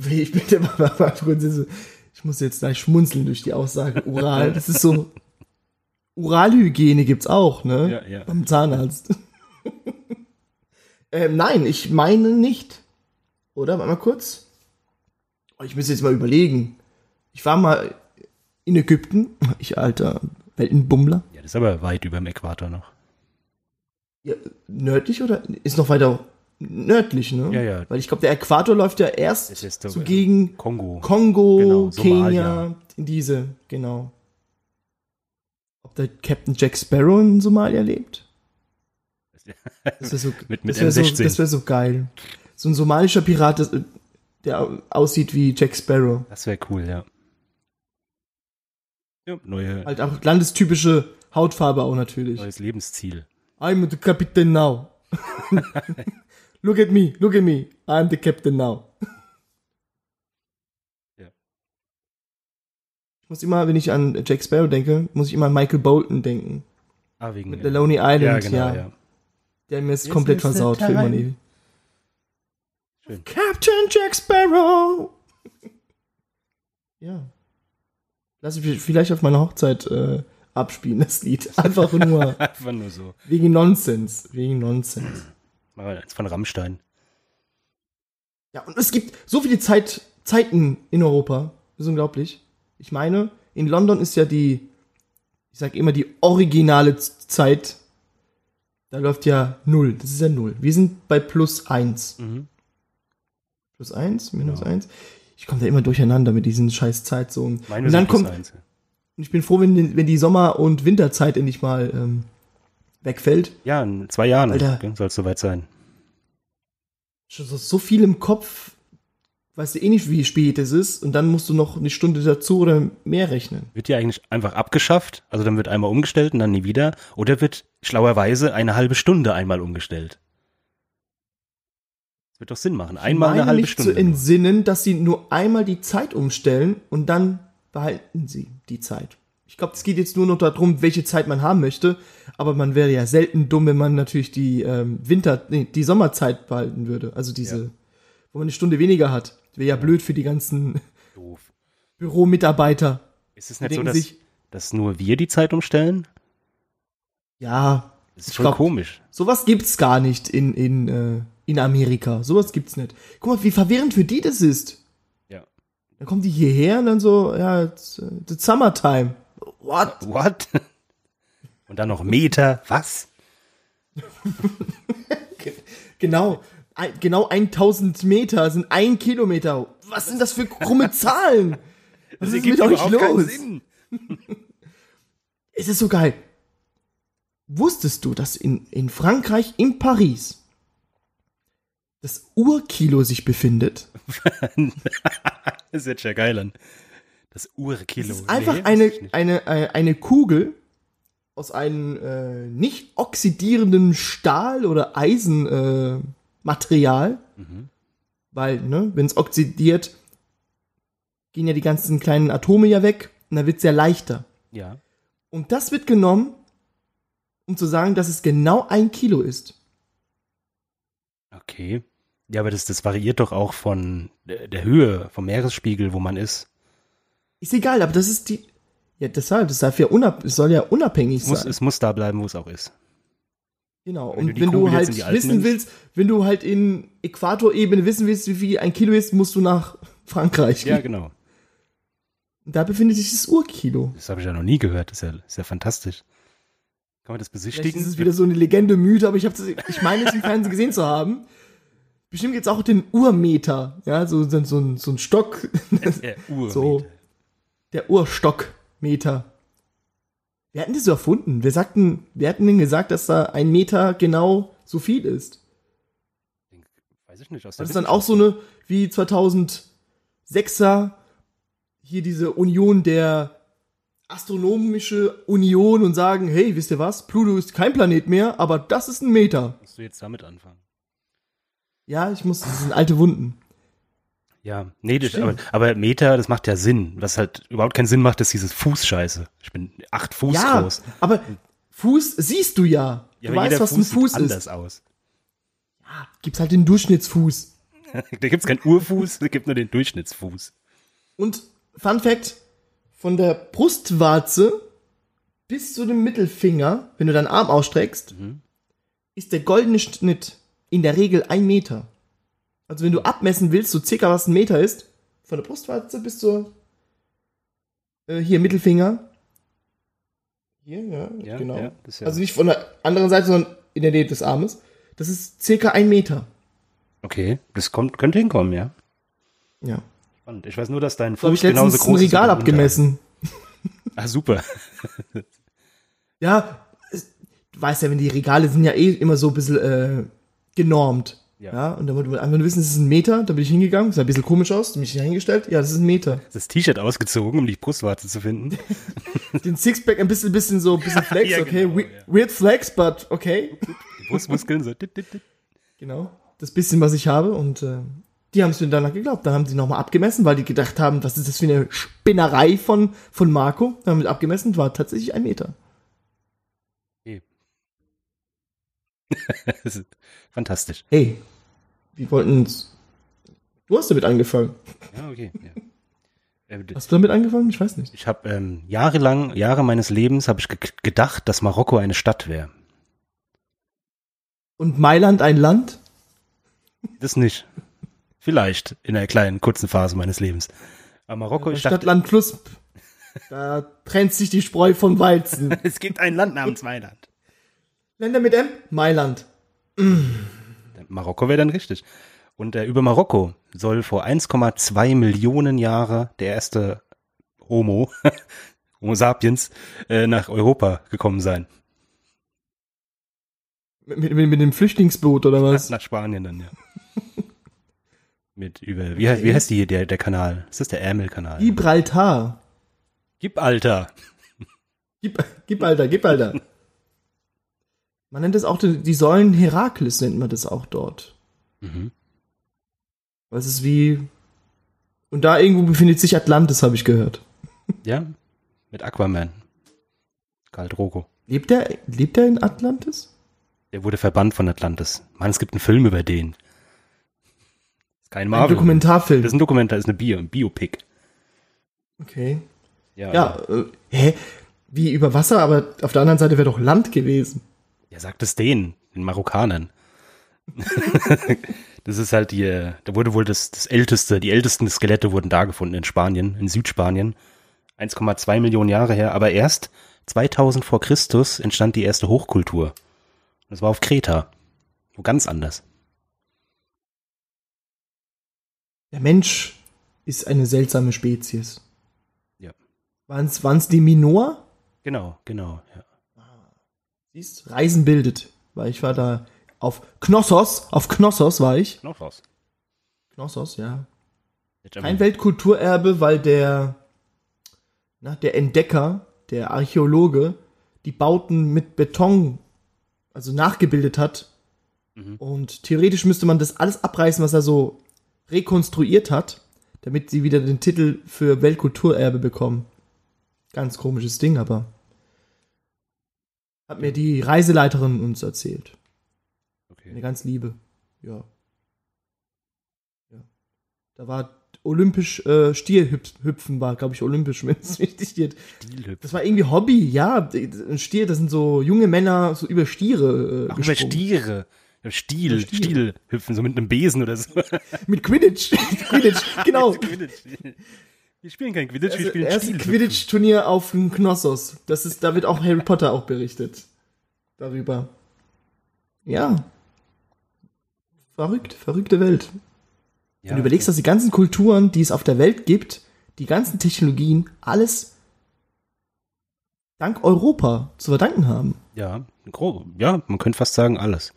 Ich bin der Mama- Mama- Prinzessin. Ich muss jetzt gleich schmunzeln durch die Aussage. Oral, das ist so. Oralhygiene gibt's auch, ne?
Ja, ja.
Beim Zahnarzt. [laughs] ähm, nein, ich meine nicht. Oder? Warte mal kurz. Oh, ich müsste jetzt mal überlegen. Ich war mal in Ägypten. [laughs] Ich alter Weltenbummler.
Ja, das ist aber weit über dem Äquator noch.
Ja, nördlich oder? Ist noch weiter nördlich, ne?
Ja, ja.
Weil ich glaube, der Äquator läuft ja
Das
erst
ist doch-
so gegen
Kongo.
Kongo,
Genau, Somalia.
Kenia, in diese, genau. Ob der Captain Jack Sparrow in Somalia
[laughs]
lebt? Das wäre so,
Mit- mit
das wär so,
M16.
das wär so geil. So ein somalischer Pirat, das, äh, der aussieht wie Jack Sparrow.
Das wäre cool, ja. ja neue,
Halt auch landestypische Hautfarbe auch natürlich.
neues Lebensziel.
I'm the captain now. [laughs] look at me, look at me. I'm the captain now.
Ja.
Ich muss immer, wenn ich an Jack Sparrow denke, muss ich immer an Michael Bolton denken.
Ah, wegen
Mit The Lonely Island,
ja,
ja.
genau, ja.
Der mir ist
Jetzt
komplett
ist der
versaut für immer und
Time.
ewig.
Schön.
Captain Jack Sparrow! [laughs] ja. Lass ich vielleicht auf meiner Hochzeit äh, abspielen, das Lied. Einfach
[laughs]
nur
Einfach nur so.
wegen Nonsens. Wegen Nonsens.
Machen wir eins von Rammstein.
Ja, und es gibt so viele Zeit, Zeiten in Europa. Das ist unglaublich. Ich meine, in London ist ja die, ich sag immer, die originale Z- Zeit. Da läuft ja null. Das ist ja null. Wir sind bei plus eins.
Mhm.
Plus eins, minus
Ja.
eins. Ich komme da immer durcheinander mit diesen scheiß Zeitzonen.
Meinen wir
und
sind
dann
plus
kommt,
eins.
ich bin froh, wenn, wenn die Sommer- und Winterzeit endlich mal ähm, wegfällt.
Ja, in zwei Jahren
Alter.
soll es soweit sein.
schon so, so viel im Kopf, weißt du eh nicht, wie spät es ist, und dann musst du noch eine Stunde dazu oder mehr rechnen.
Wird die eigentlich einfach abgeschafft? Also dann wird einmal umgestellt und dann nie wieder? Oder wird schlauerweise eine halbe Stunde einmal umgestellt? Das wird doch Sinn machen. Einmal
Meine
eine halbe
mich
Stunde.
zu entsinnen, dass sie nur einmal die Zeit umstellen und dann behalten sie die Zeit. Ich glaube, es geht jetzt nur noch darum, welche Zeit man haben möchte, aber man wäre ja selten dumm, wenn man natürlich die ähm, Winter, nee, die Sommerzeit behalten würde. Also diese, wo man eine Stunde weniger hat. Wäre ja blöd für die ganzen [laughs]
Doof.
Büromitarbeiter.
Ist es
Die
nicht Halt so,
denken
dass,
sich,
dass nur wir die Zeit umstellen?
ja,
Das
Ich
ist schon
glaub-
komisch.
Sowas gibt's gar nicht in, in, äh, in Amerika. Sowas gibt's nicht. Guck mal, wie verwirrend für die das ist.
Ja.
Dann kommen die hierher und dann so, ja, it's, äh, it's summertime. What?
What? Und dann noch Meter. Was?
Genau. Ein, genau 1000 Meter sind ein Kilometer. Was sind das für krumme Zahlen? Was ist mit euch los? Es ist so geil. Wusstest du, dass in, in Frankreich, in Paris, das Urkilo sich befindet?
Das ist jetzt ja geil an. Das Urkilo.
Es ist einfach
Nee,
eine,
weiß ich nicht.
eine, eine, eine Kugel, aus einem äh, nicht oxidierenden Stahl oder Eisenmaterial, äh, Material,
Mhm.
weil, ne, wenn es oxidiert, gehen ja die ganzen kleinen Atome ja weg und dann wird es ja leichter.
Ja.
Und das wird genommen, um zu sagen, dass es genau ein Kilo ist.
Okay. Ja, aber das, das variiert doch auch von der der Höhe, vom Meeresspiegel, wo man ist.
Ist egal, aber das ist die. Ja, deshalb, das darf ja unab es soll ja unabhängig
Es muss,
sein.
es muss da bleiben, wo es auch ist.
Genau.
wenn
Und
du die
wenn du
Kugel jetzt
halt
in die Alpen
wissen
nimmst.
willst, wenn du halt in Äquatorebene wissen willst, wie viel ein Kilo ist, musst du nach Frankreich [laughs]
Ja,
gehen.
genau.
Da befindet sich das Urkilo.
Das habe ich ja noch nie gehört. Das ist ja, ist ja fantastisch. Kann man das
Vielleicht
besichtigen?
ist
[laughs]
es wieder so eine Legende müde, aber ich, hab's, ich meine es im Fernsehen gesehen zu haben. Bestimmt jetzt auch den Urmeter, ja, so, so, so, ein- so ein Stock,
Der Urmeter.
So. der Urstockmeter. Wer hat denn das so erfunden? Wir sagten, wir hatten denn gesagt, dass da ein Meter genau so viel ist.
Weiß ich nicht. Aus der
Das ist dann auch so eine, wie 2006er, hier diese Union der astronomische Union und sagen, hey, wisst ihr was, Pluto ist kein Planet mehr, aber das ist ein Meter.
Musst du jetzt damit anfangen?
Ja, ich muss, das sind alte Wunden.
Ja, nee, das, aber,
Stimmt.
aber Meter, das macht ja Sinn. Was halt überhaupt keinen Sinn macht, ist dieses Fußscheiße. Ich bin acht Fuß
ja,
groß.
aber Fuß siehst du ja.
Ja,
du
aber
weißt,
jeder
was ein Fuß
sieht anders
ist.
aus. [laughs]
Ja, gibt's halt den Durchschnittsfuß.
da gibt es keinen Urfuß, da gibt nur den Durchschnittsfuß.
Und Fun Fact: Von der Brustwarze bis zu dem Mittelfinger, wenn du deinen Arm ausstreckst,
Mhm.
ist der goldene Schnitt in der Regel ein Meter. Also wenn du abmessen willst, so circa was ein Meter ist, von der Brustwarze bis zur äh, hier Mittelfinger. Hier, ja,
Ja,
genau.
ja, das ist ja-
Also nicht von der anderen Seite, sondern in der Nähe des Armes. Das ist circa ein Meter.
Okay, das kommt, könnte hinkommen, ja.
Ja.
Spannend. Ich weiß nur, dass dein
So habe
Fuß
ich letztens
genauso
ein
groß ist. wie
Regal
dein Unterarm.
abgemessen.
Ah, super. [laughs]
Ja, es- du weißt ja, wenn die Regale sind ja eh immer so ein bisschen äh, genormt.
Ja.
Ja. und dann wollte man einfach nur wissen, es ist ein Meter, da bin ich hingegangen, sah ein bisschen komisch aus, mich hingestellt, ja, das ist ein
[laughs]
Meter.
Das T-Shirt ausgezogen, um die Brustwarze zu finden.
Den Sixpack ein bisschen, bisschen so, bisschen Flex,
[laughs] Ja,
okay,
genau,
we
ja.
weird Flex, but okay.
Die Brustmuskeln so. Dit, dit, [laughs] dit.
Genau, das bisschen, was ich habe und äh, die haben es mir danach geglaubt. Dann haben sie nochmal abgemessen, weil die gedacht haben, was ist das für eine Spinnerei von, von Marco. Dann haben sie abgemessen, war tatsächlich ein Meter.
Das ist fantastisch.
Hey, wir wollten uns... Du hast damit angefangen.
Ja, okay. Ja. Äh, d-
Hast du damit angefangen? Ich weiß nicht.
Ich habe ähm, jahrelang, Jahre meines Lebens, habe ich ge gedacht, dass Marokko eine Stadt wäre.
Und Mailand ein Land?
Das nicht. Vielleicht in einer kleinen, kurzen Phase meines Lebens. Aber Marokko, ich
Stadt,
dachte,
Land, Fluss. Da trennt sich die Spreu vom
[laughs]
Weizen.
es gibt ein Land namens Mailand.
Länder mit M? Mailand.
Marokko wäre dann richtig. Und äh, über Marokko soll vor 1,2 Millionen Jahren der erste Homo, [laughs] Homo sapiens, äh, nach Europa gekommen sein.
Mit, mit, mit dem Flüchtlingsboot oder was?
Nach Spanien dann, ja. Mit über, wie, heißt- wie heißt die, der, der Kanal? Ist das der Ärmelkanal?
Gibraltar.
Gibraltar.
Gib, Gibraltar, Gibraltar. Man nennt das auch die, die Säulen Herakles, nennt man das auch dort.
Mhm.
Weil es ist wie. Und da irgendwo befindet sich Atlantis, habe ich gehört.
Ja, mit Aquaman. Karl Drogo.
Lebt der, lebt der in Atlantis?
Der wurde verbannt von Atlantis. Mann, es gibt einen Film über den. Ist kein
Ein
Marvel.
Dokumentarfilm.
das ist ein Dokumentar, ist eine Bio, ein Biopic.
okay.
Ja,
Ja, äh, hä? Wie über Wasser, aber auf der anderen Seite wäre doch Land gewesen.
Ja, sagt es denen, den Marokkanern. [laughs] das ist halt die, äh, da wurde wohl das, das älteste, die ältesten Skelette wurden da gefunden in Spanien, in Südspanien. 1,2 Millionen Jahre her, aber erst 2000 vor Christus entstand die erste Hochkultur. Das war auf Kreta. Wo ganz anders.
Der Mensch ist eine seltsame Spezies.
Ja.
Waren's, waren's die Minoa?
Genau, genau. Ja.
Siehst, Reisen bildet. Weil ich war da auf Knossos, auf Knossos war ich.
Noch raus.
Knossos, ja.
Jetzt
Kein Weltkulturerbe, weil der, na, der Entdecker, der Archäologe, die Bauten mit Beton, also nachgebildet hat.
Mhm.
Und theoretisch müsste man das alles abreißen, was er so rekonstruiert hat, damit sie wieder den Titel für Weltkulturerbe bekommen. Ganz komisches Ding, aber. Hat mir die Reiseleiterin uns erzählt. Eine
Okay.
ganz liebe. Ja. ja. Da war olympisch äh, Stierhüpfen war, glaube ich, olympisch, [laughs] wenn es richtig steht. Das war irgendwie Hobby, ja. d- d- Ein Stier, das sind so junge Männer, so über Stiere. Äh,
Ach, über
gesprungen.
Stiere. Über Stiel,
Über
Stiel,
Stiel.
hüpfen, so mit einem Besen oder so.
Mit Quidditch. [laughs] Quidditch, genau.
[laughs]
Also,
Quidditch. Wir spielen kein Quidditch, wir
Das
spielen
erste
Stiel.
Quidditch-Turnier auf dem Knossos. Das ist, da wird auch Harry Potter auch berichtet. Darüber. Ja. Verrückt, verrückte Welt.
Ja,
Wenn du überlegst, dass die ganzen Kulturen, die es auf der Welt gibt, die ganzen Technologien, alles dank Europa zu verdanken haben.
Ja, gro- ja, man könnte fast sagen alles.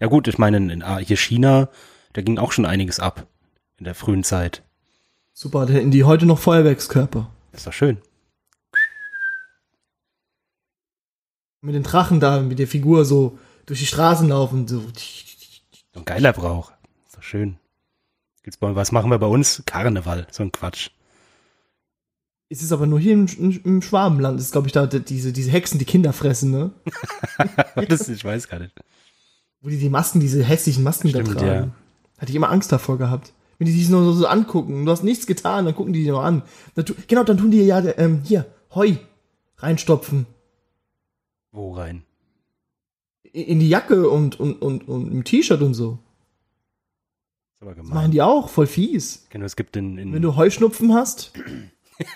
Ja gut, ich meine, in, in hier China, da ging auch schon einiges ab in der frühen Zeit.
Super, da hätten die heute noch Feuerwerkskörper.
Das ist doch schön.
Mit den Drachen da, mit der Figur so durch die Straßen laufen. So.
So ein geiler Brauch. Ist doch schön. Gibt's bei, was machen wir bei uns? Karneval, so ein Quatsch. [laughs]
Es ist aber nur hier im, im, im Schwabenland, ist glaube ich da d- diese, diese Hexen, die Kinder fressen, ne?
das, ich weiß gar nicht.
Wo die die Masken, diese hässlichen Masken da
Stimmt,
tragen.
ja.
Hatte ich immer Angst davor gehabt. Wenn die sich nur so, so angucken, du hast nichts getan, dann gucken die dich noch an. Dann tu, genau, dann tun die ja ähm, hier Heu reinstopfen
Wo rein?
I- in die Jacke und, und, und, und im T-Shirt und so.
Ist aber
Das machen
gemein.
die auch, voll fies.
Genau, es gibt in, in
Wenn du Heuschnupfen hast,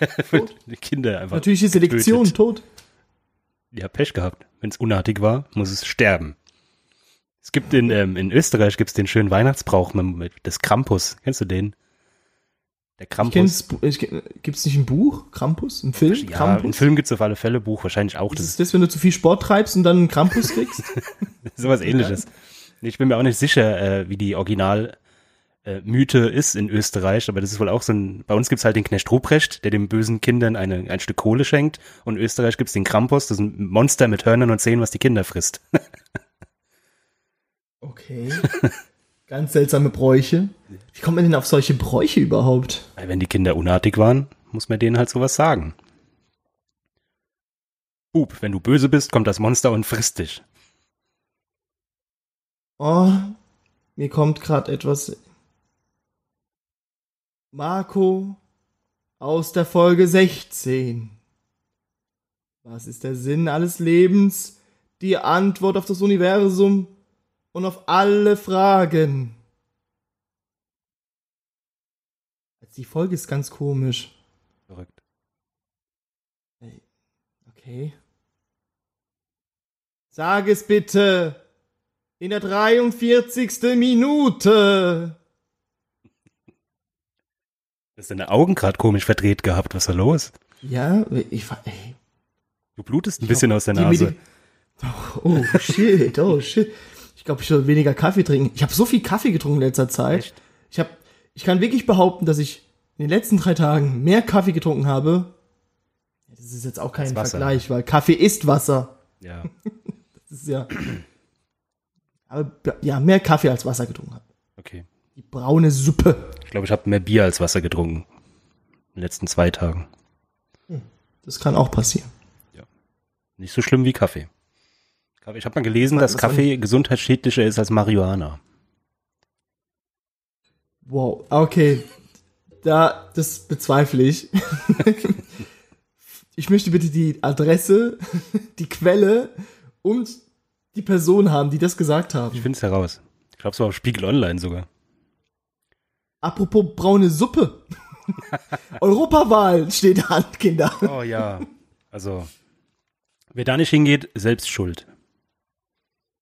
[laughs] die Kinder einfach.
natürlich die Selektion
getötet.
tot.
Ja, Pech gehabt. Wenn es unartig war, muss es sterben. Es gibt in, ähm, in Österreich gibt's den schönen Weihnachtsbrauch mit, mit des Krampus. Kennst du den? Der
Ich
Krampus.
kenn's, Bu- ich, kenn- gibt's nicht ein Buch? Krampus? Ein Film?
Ja, einen
Krampus?
Film gibt's auf alle Fälle, Buch wahrscheinlich auch.
Ist
Das
es
ist
das, wenn du zu viel Sport treibst und dann einen Krampus kriegst?
[laughs] sowas ähnliches. Nee, Ich bin mir auch nicht sicher, äh, wie die Original äh, Mythe ist in Österreich, aber das ist wohl auch so ein, bei uns gibt's halt den Knecht Ruprecht, der den bösen Kindern eine, ein Stück Kohle schenkt und in Österreich gibt's den Krampus, das ist ein Monster mit Hörnern und Zähnen, was die Kinder frisst.
Okay. [laughs] Ganz seltsame Bräuche. Wie kommt man denn auf solche Bräuche überhaupt?
Weil wenn die Kinder unartig waren, muss man denen halt sowas sagen. Bub, wenn du böse bist, kommt das Monster und frisst dich.
Oh, mir kommt gerade etwas. Marco aus der Folge 16. Was ist der Sinn alles Lebens? Die Antwort auf das Universum und auf alle Fragen. Also die Folge ist ganz komisch.
Verrückt.
Okay. Sag es bitte. In der 43. Minute.
Hast deine Augen gerade komisch verdreht gehabt? Was ist da los?
Ja, ich war. Ey,
Du blutest ein
Ich
bisschen
hab
aus der
die
Nase.
Medi- oh, oh, shit, oh shit. Ich glaube, ich soll weniger Kaffee trinken. Ich habe so viel Kaffee getrunken in letzter Zeit.
Echt?
Ich habe, ich kann wirklich behaupten, dass ich in den letzten drei Tagen mehr Kaffee getrunken habe. Das ist jetzt auch kein
Als Wasser.
Vergleich, weil Kaffee ist Wasser.
Ja.
Das ist ja. [clears throat] Aber ja, mehr Kaffee als Wasser getrunken habe.
Okay.
Die braune Suppe.
Ich glaube, ich habe mehr Bier als Wasser getrunken. In den letzten zwei Tagen.
Das kann auch passieren.
Nicht so schlimm wie Kaffee. Kaffee- Ich habe mal gelesen, dass
Was war-
Kaffee gesundheitsschädlicher ist als Marihuana.
Wow, okay. Da, das bezweifle ich. [laughs] ich möchte bitte die Adresse, die Quelle und die Person haben, die das gesagt
Ich
haben.
finde es heraus. Ich glaube, es war auf Spiegel Online sogar.
Apropos braune Suppe. Europawahl steht an, Kinder.
Oh ja. Also, wer da nicht hingeht, selbst schuld.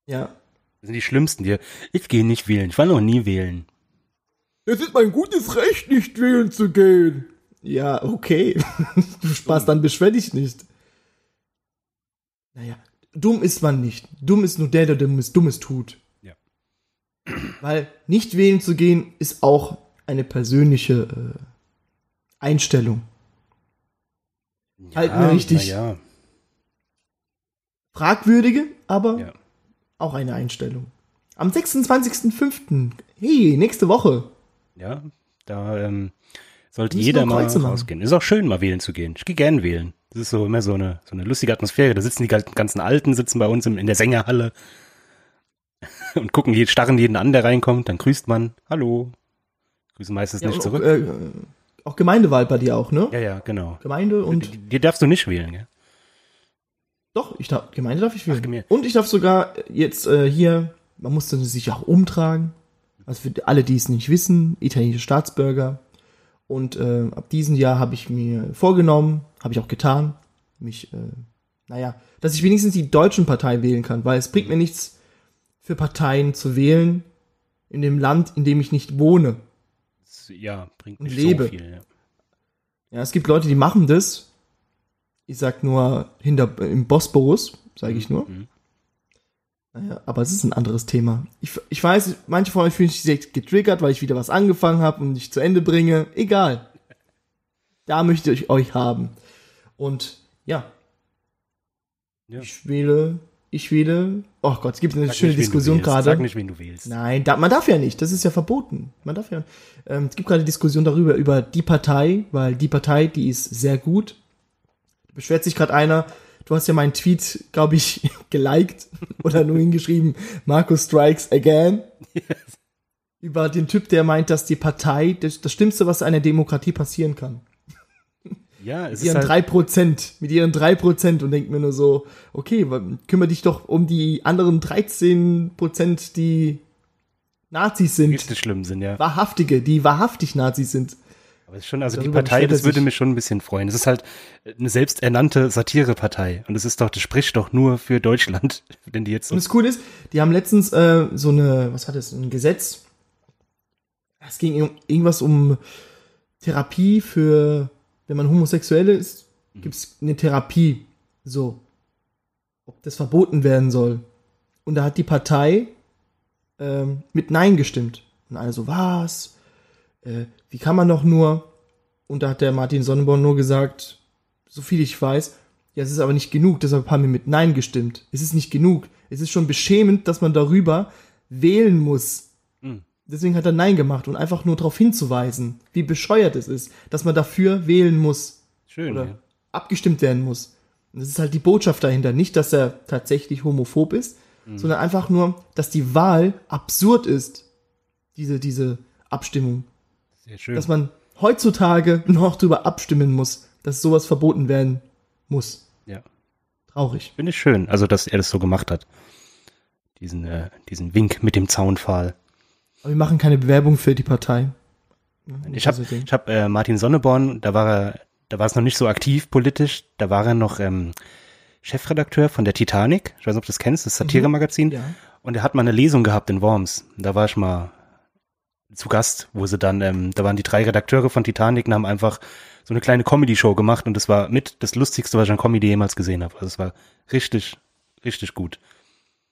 Ja.
Das sind die Schlimmsten hier. Ich gehe nicht wählen. Ich war noch nie wählen.
Es ist mein gutes Recht, nicht wählen zu gehen. Ja, okay. [laughs] Du Spaß, dann beschwer dich nicht. Naja, dumm ist man nicht. Dumm ist nur der, der Dummes, Dummes tut.
Ja.
[clears throat] Weil nicht wählen zu gehen ist auch eine persönliche äh, Halt Einstellung. Halt mir richtig.
na Ja.
Fragwürdige, aber
Ja.
auch eine Einstellung. Am 26.05. Hey, nächste Woche.
Ja, da ähm, sollte
Müssen
jeder
wir
mal
Kreuze machen.
rausgehen. Ist auch schön, mal wählen zu gehen. Ich gehe gern wählen. Das ist so immer so eine, so eine lustige Atmosphäre. Da sitzen die gal- ganzen Alten, sitzen bei uns im, in der Sängerhalle [laughs] und gucken, je- starren jeden an, der reinkommt. Dann grüßt man. Hallo. Grüßen meistens
Ja,
nicht
und auch,
zurück.
äh, auch Gemeindewahl bei dir auch, ne?
ja, ja, genau.
Gemeinde und
Die, die darfst du nicht wählen, gell?
Doch, ich darf, Gemeinde darf ich
Ach,
wählen.
Gemeinde.
und ich darf sogar jetzt äh, hier, man musste sich auch umtragen. Also für alle, die es nicht wissen, italienische Staatsbürger. Und äh, ab diesem Jahr habe ich mir vorgenommen, habe ich auch getan, mich, äh, naja, dass ich wenigstens die deutschen Parteien wählen kann, weil es bringt mir nichts, für Parteien zu wählen in dem Land, in dem ich nicht wohne.
Das, ja, bringt
Und
nicht
lebe.
so viel. Ja.
Ja, es gibt Leute, die machen das. Ich sag nur hinter im Bosporus, sage ich nur.
Mhm.
Naja, aber es ist ein anderes Thema. Ich, ich weiß, manche von euch fühlen sich direkt getriggert, weil ich wieder was angefangen habe und nicht zu Ende bringe. Egal. Da möchte ich euch haben. Und ja.
Ja.
Ich wähle, ich wähle. Oh Gott, es gibt eine
Sag
schöne
nicht, wen du
Diskussion
wählst. Sag
gerade.
nicht, wen du wählst.
Nein, da, man darf ja nicht. Das ist ja verboten. Man darf ja. Ähm, es gibt gerade Diskussion darüber, über die Partei, weil die Partei, die ist sehr gut. Da beschwert sich gerade einer. Du hast ja meinen Tweet, glaube ich, [laughs] geliked oder nur hingeschrieben, Marco strikes again. Über den Typ, der meint, dass die Partei das, das Schlimmste, was einer Demokratie passieren kann.
Ja, es
Mit
ist
ihren
halt,
drei Prozent, mit ihren drei Prozent und denkt mir nur so, okay, wa- kümmere dich doch um die anderen 13 Prozent, die Nazis sind.
richtig schlimm sind, ja.
Wahrhaftige, die wahrhaftig Nazis sind.
Aber es ist schon, also die
Darüber
Partei,
beschwert er
das würde
sich.
mich schon ein bisschen freuen. Es ist halt eine selbsternannte Satirepartei. Und es ist doch, das spricht doch nur für Deutschland, [laughs] wenn die jetzt so.
Und das Coole ist, die haben letztens äh, so eine, was hat es, ein Gesetz. Es ging ir- irgendwas um Therapie für, wenn man homosexuell ist,
Mhm.
gibt es eine Therapie. So. Ob das verboten werden soll. Und da hat die Partei ähm, mit Nein gestimmt. Und also, was? Äh, wie kann man doch nur? Und da hat der Martin Sonnenborn nur gesagt, so viel ich weiß, ja, es ist aber nicht genug, deshalb haben wir mit Nein gestimmt. Es ist nicht genug. Es ist schon beschämend, dass man darüber wählen muss.
Mhm.
Deswegen hat er Nein gemacht und einfach nur darauf hinzuweisen, wie bescheuert es ist, dass man dafür wählen muss
Schön,
oder
ja.
abgestimmt werden muss. Und das ist halt die Botschaft dahinter. Nicht, dass er tatsächlich homophob ist, sondern einfach nur, dass die Wahl absurd ist. Diese, diese Abstimmung.
Sehr schön.
Dass man heutzutage noch drüber abstimmen muss, dass sowas verboten werden muss.
ja.
Traurig.
Finde ich schön, also dass er das so gemacht hat. Diesen, äh, diesen Wink mit dem Zaunpfahl.
Aber wir machen keine Bewerbung für die Partei.
Ich habe
Also den-
ich hab, äh, Martin Sonneborn, da war er, da war es noch nicht so aktiv politisch, da war er noch ähm, Chefredakteur von der Titanic. Ich weiß nicht, ob du das kennst, das Satiremagazin.
Mhm. ja.
Und er hat mal eine Lesung gehabt in Worms. Da war ich mal zu Gast, wo sie dann, ähm, da waren die drei Redakteure von Titanic und haben einfach so eine kleine Comedy-Show gemacht und das war mit das Lustigste, was ich an Comedy jemals gesehen habe. Also es war richtig, richtig gut.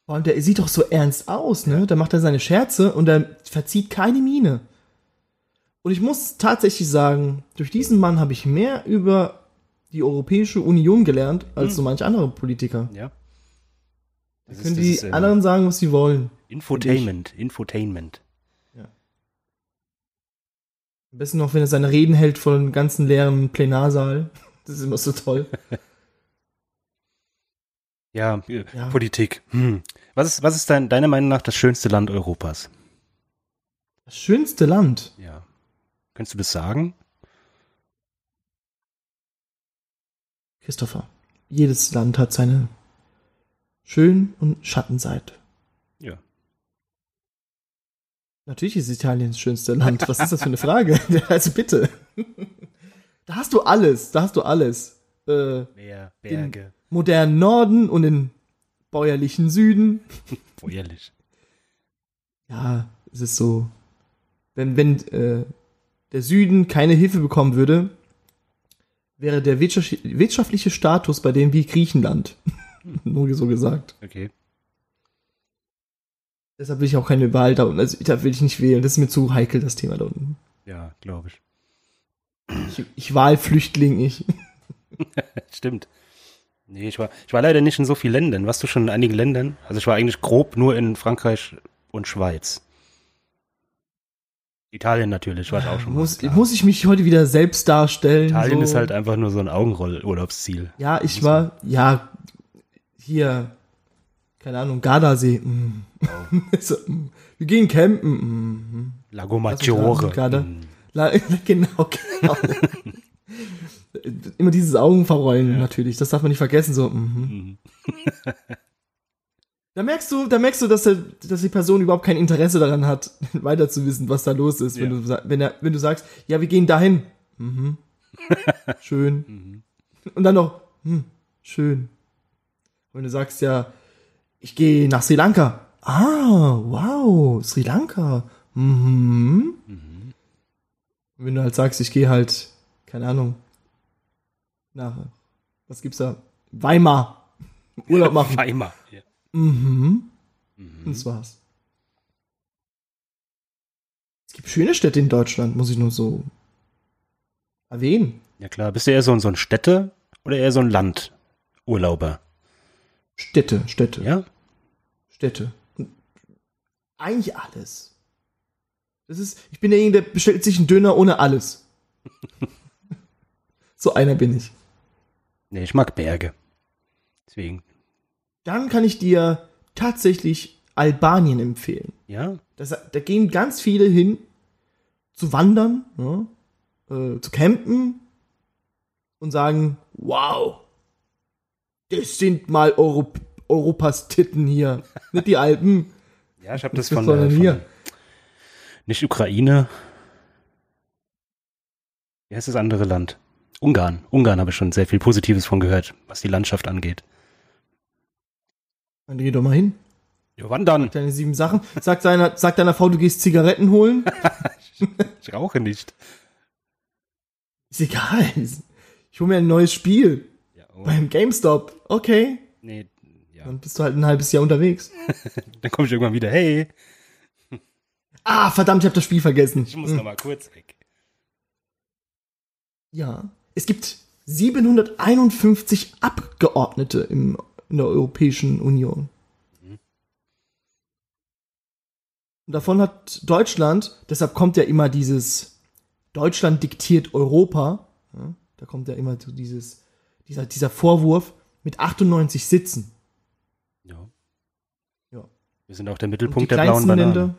Vor allem, der sieht doch so ernst aus, ne? Da macht er seine Scherze und er verzieht keine Miene. Und ich muss tatsächlich sagen, durch diesen Mann habe ich mehr über die Europäische Union gelernt als so manch andere Politiker.
Ja. Hm. Das ähm,
Können die anderen sagen, was sie wollen.
Infotainment, Infotainment.
Am besten noch, wenn er seine Reden hält vor dem ganzen leeren Plenarsaal. [laughs] Das ist immer so toll.
Ja, äh,
Ja.
Politik. Hm. Was ist, was ist dein, deiner Meinung nach das schönste Land Europas?
Das schönste Land.
Ja. Könntest du das sagen?
Christopher, jedes Land hat seine Schön- und Schattenseite.
Ja.
Natürlich ist Italien das schönste Land. Was ist das für eine Frage? [laughs] Also bitte. Da hast du alles, da hast du alles. Äh,
Meer,
Den-
Berge,
modernen Norden und den bäuerlichen Süden.
Oh, feuerlich.
Ja, es ist so. Wenn, wenn äh, der Süden keine Hilfe bekommen würde, wäre der wirtschaft- wirtschaftliche Status bei denen wie Griechenland. [laughs] Nur so gesagt.
Okay.
Deshalb will ich auch keine Wahl da unten. Also da will ich nicht wählen. Das ist mir zu heikel, das Thema da unten.
Ja, glaube ich.
Ich, ich Wahlflüchtling, ich.
Stimmt. Nee, ich war, ich war leider nicht in so vielen Ländern. Warst du schon in einigen Ländern? Also ich war eigentlich grob nur in Frankreich und Schweiz. Italien natürlich, war ich auch schon. mal.
Muss,
Klar.
muss ich mich heute wieder selbst darstellen?
Italien
so?
ist halt einfach nur so ein Augenroll-Urlaubsziel.
Ja, ich war, ja, hier, keine Ahnung, Gardasee. Mm.
Oh.
[laughs] so, mm. Wir gehen campen. Mm. mm.
Lago
Lass mich raten,
Maggiore.
gerade.
Mhm.
La- [laughs] genau,
[laughs]
genau. Immer dieses Augenverrollen natürlich, das darf man nicht vergessen. So, mhm. da merkst du, da merkst du, dass, der, dass die Person überhaupt kein Interesse daran hat, [laughs] weiter zu wissen, was da los ist. Wenn,
Ja.
du, sa- wenn, er, wenn du sagst, ja, wir gehen dahin. Mhm. Schön. Und dann noch, hm, schön. Wenn du sagst ja, ich gehe nach Sri Lanka. Ah, wow, Sri Lanka. Mhm. Und wenn du halt sagst, ich gehe halt, keine Ahnung, nach, was gibt's da? Weimar.
[laughs]
Urlaub machen.
Weimar. Ja.
mhm. Und
Mhm.
das war's. Es gibt schöne Städte in Deutschland, muss ich nur so erwähnen.
ja klar, bist du eher so ein, so ein Städte oder eher so ein Landurlauber?
Städte, Städte.
Ja?
Städte. Und eigentlich alles. Das ist, ich bin derjenige, der bestellt sich einen Döner ohne
[laughs]
alles. so einer bin ich.
Nee, ich mag Berge. Deswegen,
Dann kann ich dir tatsächlich Albanien empfehlen.
ja,
Das, da gehen ganz viele hin zu wandern, ne? äh, zu campen und sagen, wow, das sind mal Europ Europas Titten hier, nicht die Alpen.
Ja, ich habe das
Das
von,
ist doch
äh,
hier.
von nicht Ukraine. Wie heißt das andere Land? Ungarn. Ungarn habe ich schon sehr viel Positives von gehört, was die Landschaft angeht.
Dann geh doch mal hin.
Ja, wandern.
Deine sieben Sachen. Sag deiner, sag deiner Frau, du gehst Zigaretten holen.
Ich rauche nicht.
Ist egal. Ich hole mir ein neues Spiel
Ja, oh,
beim GameStop. Okay.
nee, ja.
Dann bist du halt ein halbes Jahr unterwegs.
Dann komme ich irgendwann wieder. Hey,
Ah, verdammt, ich habe das Spiel vergessen.
ich muss
Hm.
noch mal kurz weg.
Ja. Es gibt 751 Abgeordnete im, in der Europäischen Union. Und davon hat Deutschland, deshalb kommt ja immer dieses Deutschland diktiert Europa. Ja, da kommt ja immer so dieses, dieser, dieser Vorwurf mit 98 Sitzen.
Ja.
Ja.
Wir sind auch der
Und die
Mittelpunkt der blauen
kleinsten
Banane.
Länder.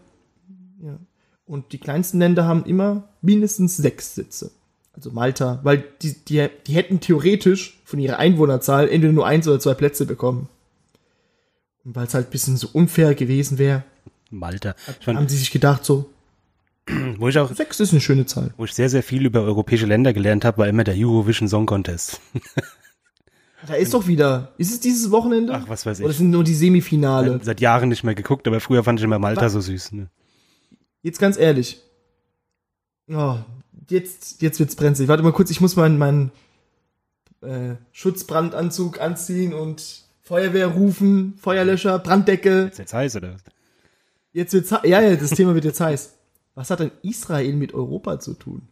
Ja. Und die kleinsten Länder haben immer mindestens sechs Sitze. Also Malta, weil die, die, die hätten theoretisch von ihrer Einwohnerzahl entweder nur eins oder zwei Plätze bekommen. Und weil es halt ein bisschen so unfair gewesen wäre,
Malta. Ich
haben
mein,
sie sich gedacht, so,
wo ich auch
sechs ist eine schöne Zahl.
wo ich sehr, sehr viel über europäische Länder gelernt habe, war immer der Eurovision Song Contest.
Da ist doch wieder. Ist es dieses Wochenende?
Ach, was weiß
Oder
ich.
sind nur die Semifinale?
Seit, seit Jahren nicht mehr geguckt, aber früher fand ich immer Malta so süß. Ne?
Jetzt ganz ehrlich. Oh, jetzt, jetzt wird's brenzlig. Warte mal kurz, ich muss meinen, meinen äh, Schutzbrandanzug anziehen und Feuerwehr rufen, Feuerlöscher, Branddecke.
Ist jetzt heiß oder? was?
Jetzt wird's he- ja, ja, das Thema wird jetzt heiß. Was hat denn Israel mit Europa zu tun?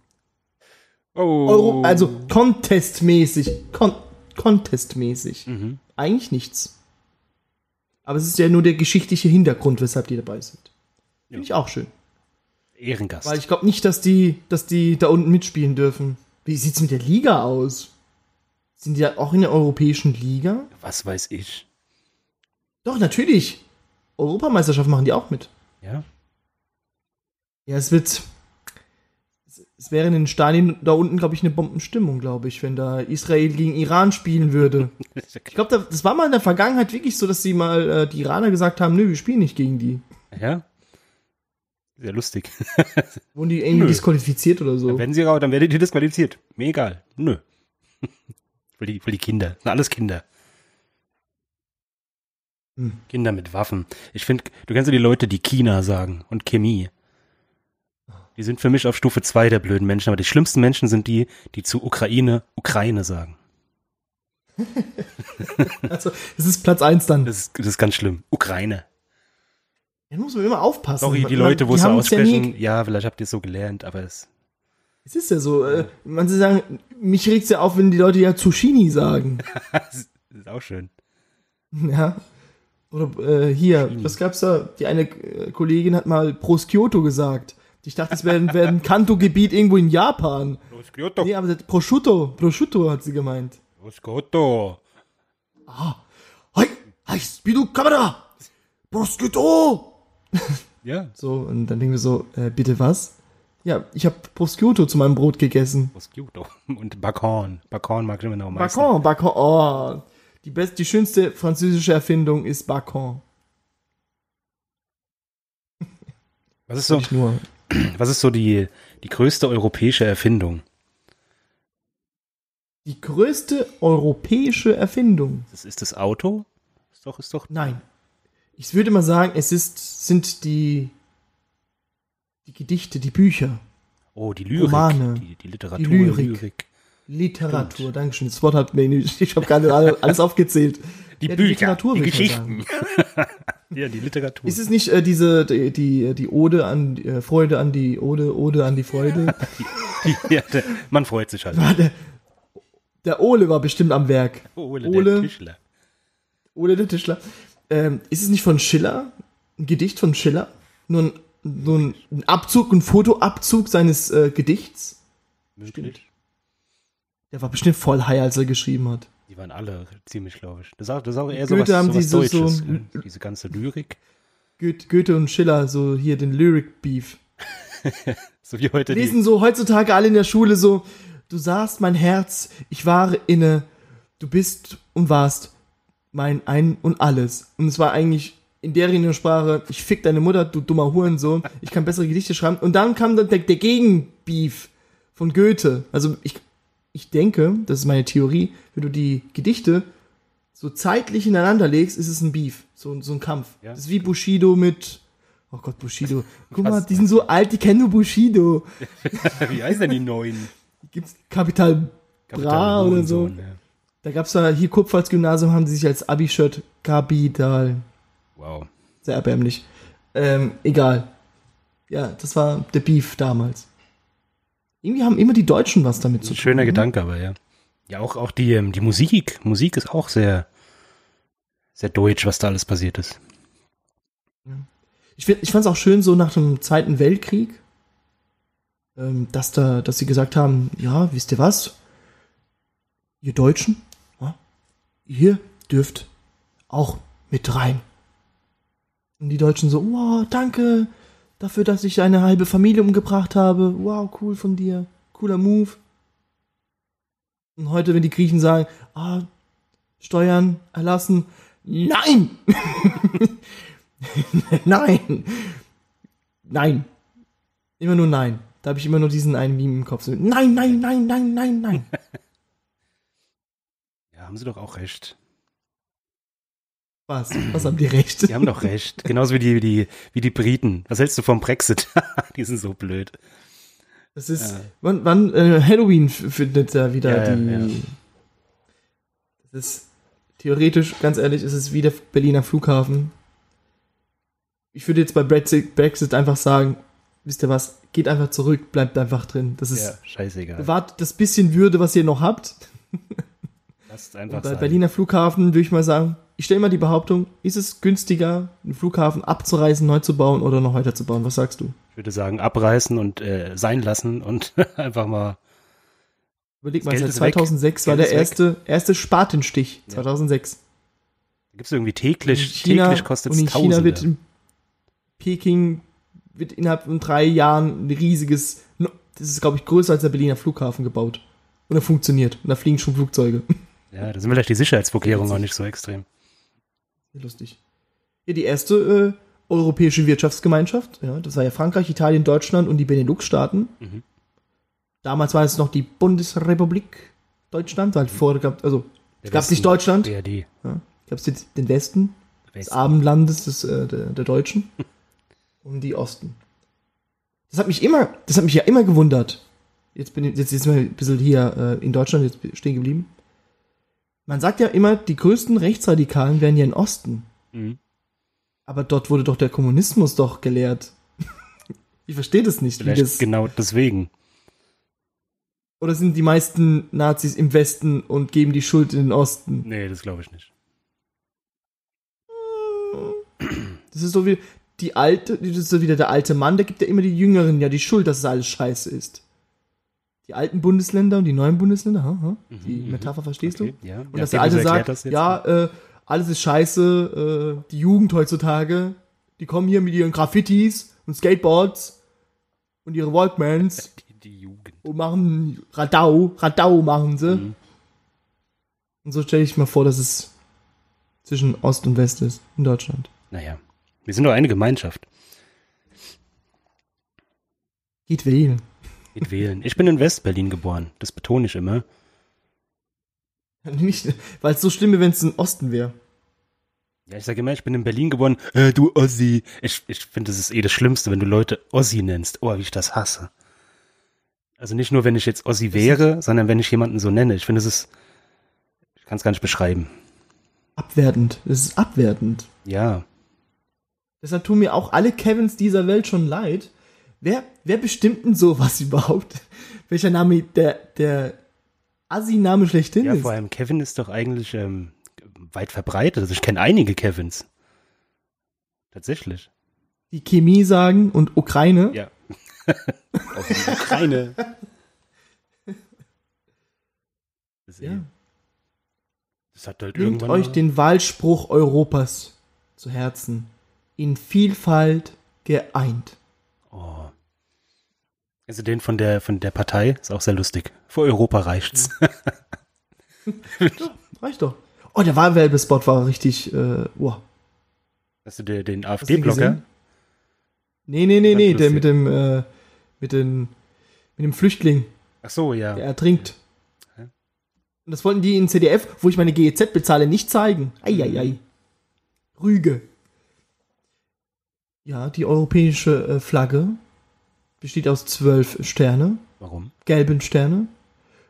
Oh.
Euro, also contestmäßig, kon contestmäßig.
Mhm.
Eigentlich nichts. Aber es ist ja nur der geschichtliche Hintergrund, weshalb die dabei sind. Finde ich auch schön.
Ehrengast.
Weil ich glaube nicht, dass die, dass die da unten mitspielen dürfen. Wie sieht's mit der Liga aus? Sind die ja auch in der europäischen Liga?
Was weiß ich.
Doch, natürlich. Europameisterschaft machen die auch mit. [laughs]
Ja.
Ja, es wird. es- Es wäre in den Stadien da unten, glaube ich, eine Bombenstimmung, glaube ich, wenn da Israel gegen Iran spielen würde. Ich glaube, da, das war mal in der Vergangenheit wirklich so, dass sie mal äh, die Iraner gesagt haben, nö, wir spielen nicht gegen die.
ja. Sehr lustig.
Wurden die irgendwie
Nö.
disqualifiziert oder so.
Wenn sie rau, dann werdet ihr disqualifiziert. Mir egal. Nö. [laughs] Für die, für die Kinder. Na, alles Kinder.
Hm.
Kinder mit Waffen. Ich finde, du kennst ja die Leute, die China sagen und Chemie. Die sind für mich auf Stufe 2 der blöden Menschen, aber die schlimmsten Menschen sind die, die zu Ukraine Ukraine sagen.
Also, es ist Platz 1 dann.
Das ist, das ist ganz schlimm. Ukraine.
Da muss man immer aufpassen.
Sorry, die
Man-
Leute, wo
die
es so
haben uns ja nie-
aussprechen. Ja, vielleicht habt ihr es so gelernt, aber es.
Es ist ja so, äh, man soll sagen, mich regt's ja auf, wenn die Leute ja Zucchini sagen.
auch schön.
[laughs] Ja. Oder äh, hier,
Schienen.
was gab's da? Die eine äh, Kollegin hat mal Prosciutto gesagt. Ich dachte, es wäre wär ein Kanto-Gebiet irgendwo in Japan.
Los Kyoto,
Nee, aber sie hat Prosciutto, Prosciutto hat sie gemeint.
los Kyoto.
Hoi, heiß, wie du Kamera! Prosciutto!
Ja,
So, und dann denken wir so, äh, bitte was? Ja, ich habe Prosciutto zu meinem Brot gegessen.
los Kyoto. [laughs] Und Bacon. Bacon mag ich immer noch am meisten.
Bacon, Bacon, oh. Die, best, die schönste französische Erfindung ist Bacon.
Was ist so,
Nicht nur.
was ist so die, die größte europäische Erfindung?
Die größte europäische Erfindung.
Das ist das Auto? Ist doch, ist doch.
Nein. Ich würde mal sagen, es ist, sind die, die Gedichte, die Bücher,
Oh, die Lyrik.
Romane.
Die, die Literatur.
Die Lyrik. Literatur.
Stimmt.
Dankeschön. Das Wort hat mir nicht, ich habe gerade alle- alles aufgezählt.
Die
Ja, die
Bücher. Die,
Literatur, würde ich mal
Geschichten. [laughs] ja, die Literatur.
Ist es nicht äh, diese, die, die, die Ode an äh, Freude an die Ode, Ode an die
[laughs]
Freude?
ja, der, man
[laughs]
freut sich halt.
War der, der Ole war bestimmt am Werk.
Ole,
Ole.
der Tischler.
Ole der Tischler. Ähm, ist es nicht von Schiller? Ein Gedicht von Schiller? Nur ein, nur ein- ein Abzug, ein Fotoabzug seines äh, Gedichts?
Möglich.
Der war bestimmt voll high, als er geschrieben hat.
Die waren alle ziemlich, glaube ich. Das ist auch, das ist auch eher
Goethe
sowas, sowas
haben die so- so-
Deutsches. ja. Diese ganze Lyrik.
Goethe, Goethe und Schiller, so hier den Lyric-Beef.
So wie heute die,
Lesen so heutzutage alle in der Schule so, du sahst mein Herz, ich war inne, du bist und warst mein Ein und Alles. Und es war eigentlich in deren Sprache, ich fick deine Mutter, du dummer Hurensohn, ich kann bessere Gedichte schreiben. Und dann kam dann der, der Gegenbeef von Goethe. Also ich, ich denke, das ist meine Theorie, wenn du die Gedichte so zeitlich ineinander legst, ist es ein Beef, so, so ein Kampf.
Ja.
Das ist wie Bushido mit, oh Gott, Bushido. Guck mal,
Fast.
die sind so alt, die kennen nur Bushido.
[laughs] Wie heißen denn
[laughs]
die neuen?
Gibt's Kapital Bra
Kapital
oder so?
Hurensohn, ja.
Da gab's ja hier Kupfer als Gymnasium, haben sie sich als Abi-Shirt Kapital.
Wow.
Sehr erbärmlich. Ähm, egal. Ja, das war der Beef damals. Irgendwie haben immer die Deutschen was damit zu
Ein
tun.
schöner Gedanke, aber ja. Ja, auch, auch die, ähm, die Musik. Musik ist auch sehr, sehr deutsch, was da alles passiert ist.
Ich, find- ich fand's auch schön, so nach dem Zweiten Weltkrieg, ähm, dass, da, dass sie gesagt haben, ja, wisst ihr was? Ihr Deutschen, ja, ihr dürft auch mit rein. Und die Deutschen so, wow, danke dafür, dass ich eine halbe Familie umgebracht habe. Wow, cool von dir. Cooler Move. Und heute, wenn die Griechen sagen, ah, Steuern erlassen, nein! [laughs] nein! Nein! Immer nur nein. Da habe ich immer nur diesen einen Meme im Kopf. So, Nein, nein, nein, nein, nein,
[laughs]
nein.
Ja, haben sie doch auch recht.
Was? Was haben die recht?
Die haben
[laughs]
doch recht. Genauso wie die, wie die, wie die Briten. Was hältst du vom Brexit? [laughs] die sind so blöd.
Das ist.
Ja.
Wann, wann äh, Halloween f- findet da wieder
Ja, ja,
die. Das ist theoretisch, ganz ehrlich, ist es wie der Berliner Flughafen. Ich würde jetzt bei Brexit, Brexit einfach sagen, wisst ihr was, geht einfach zurück, bleibt einfach drin. Das ist.
Ja, scheißegal.
Bewahrt das bisschen Würde, was ihr noch habt.
Lasst
Und
einfach
bei
sein.
Berliner Flughafen würde ich mal sagen, ich stelle mal die Behauptung, ist es günstiger, einen Flughafen abzureißen, neu zu bauen oder noch weiter zu bauen? Was sagst du?
Ich würde sagen, abreißen und äh, sein lassen und [laughs] einfach mal.
Überleg
Das
mal,
Geld
seit
ist weg.
2006 war
Geld
der
ist weg.
erste, erste Spatenstich. 2006.
Gibt es irgendwie
In
täglich? täglich kostet
und
es
in China wird
Tausende.
in Peking wird innerhalb von drei Jahren ein riesiges, das ist glaube ich größer als der Berliner Flughafen gebaut. Und er funktioniert. Und da fliegen schon Flugzeuge.
Ja, da sind vielleicht die Sicherheitsvorkehrungen
Witzig.
auch nicht so extrem.
Lustig. Ja, die erste äh, europäische Wirtschaftsgemeinschaft, ja, das war ja Frankreich, Italien, Deutschland und die Benelux-Staaten.
Mhm.
Damals war es noch die Bundesrepublik Deutschland, weil vorher gab also es gab nicht Deutschland,
Mhm. Ja, die.
ja, gab es jetzt den Westen des Abendlandes des, äh, der, der
[laughs]
Deutschen und die Osten. Das hat mich immer, das hat mich ja immer gewundert. Jetzt bin ich, jetzt ist mal ein bisschen hier äh, in Deutschland jetzt stehen geblieben. Man sagt ja immer, die größten Rechtsradikalen wären ja im Osten.
Mhm.
Aber dort wurde doch der Kommunismus doch [laughs] gelehrt. ich verstehe das nicht, wie
genau Vielleicht
das.
genau deswegen.
Oder sind die meisten Nazis im Westen und geben die Schuld in den Osten?
Nee, das glaube ich nicht.
Das ist so wie die alte, das ist so wieder der alte Mann, der gibt ja immer die Jüngeren ja die Schuld, dass es alles scheiße ist. Die alten Bundesländer und die neuen Bundesländer, ha, ha, die
Mhm, mhm.
Metapher verstehst
Okay,
du?
ja.
Und dass
Nachdem
der
du
Alte
so erklärt hast
sagt,
jetzt,
ja, äh, alles ist scheiße, äh, die Jugend heutzutage, die kommen hier mit ihren Graffitis und Skateboards und ihre Walkmans
Die, die Jugend.
und machen Radau, Radau machen sie.
Mhm.
Und so stelle ich mir vor, dass es zwischen Ost und West ist in Deutschland.
Naja, wir sind doch eine Gemeinschaft.
Geht wählen.
Geht wählen. Ich bin in West-Berlin geboren. Das betone ich immer.
[laughs] Nicht, weil es so schlimm wäre, wenn es im Osten wäre.
Ja, ich sage immer, ich bin in Berlin geboren. Äh, du Ossi. Ich, ich finde, das ist eh das Schlimmste, wenn du Leute Ossi nennst. Oh, wie ich das hasse. Also nicht nur, wenn ich jetzt Ossi wäre, sondern wenn ich jemanden so nenne. Ich finde, es ist. Ich kann es gar nicht beschreiben.
Abwertend. Es ist abwertend.
Ja.
Deshalb tun mir auch alle Kevins dieser Welt schon leid. Wer, wer bestimmt denn sowas [laughs] überhaupt? Welcher Name der, der Assi-Name schlechthin
Ja,
ist?
vor allem Kevin ist doch eigentlich ähm, weit verbreitet. Also ich kenne einige Kevins. Tatsächlich.
Die Chemie sagen und Ukraine.
Ja. Aus der Ukraine. [laughs] Das, ist eh-
Ja.
das hat halt
Nehmt
irgendwann.
euch
mal-
den Wahlspruch Europas zu Herzen. In Vielfalt geeint.
Oh. Also den von der von der Partei ist auch sehr lustig. Für Europa reicht's.
Reicht doch. Oh, der Wahlwerbespot war richtig, äh, wow.
Hast du den, den
Hast du den
AfD-Blocker?
gesehen? Nee, nee, nee,
Ganz
nee, der
lustig.
mit dem, äh, mit dem, mit dem Flüchtling,
Ach so, ja.
der ertrinkt.
Hä?
Und das wollten die in CDF, wo ich meine GEZ bezahle, nicht zeigen. Eieiei. Rüge. Ja, die europäische äh, Flagge besteht aus zwölf Sterne,
Warum? [laughs]
gelben Sterne.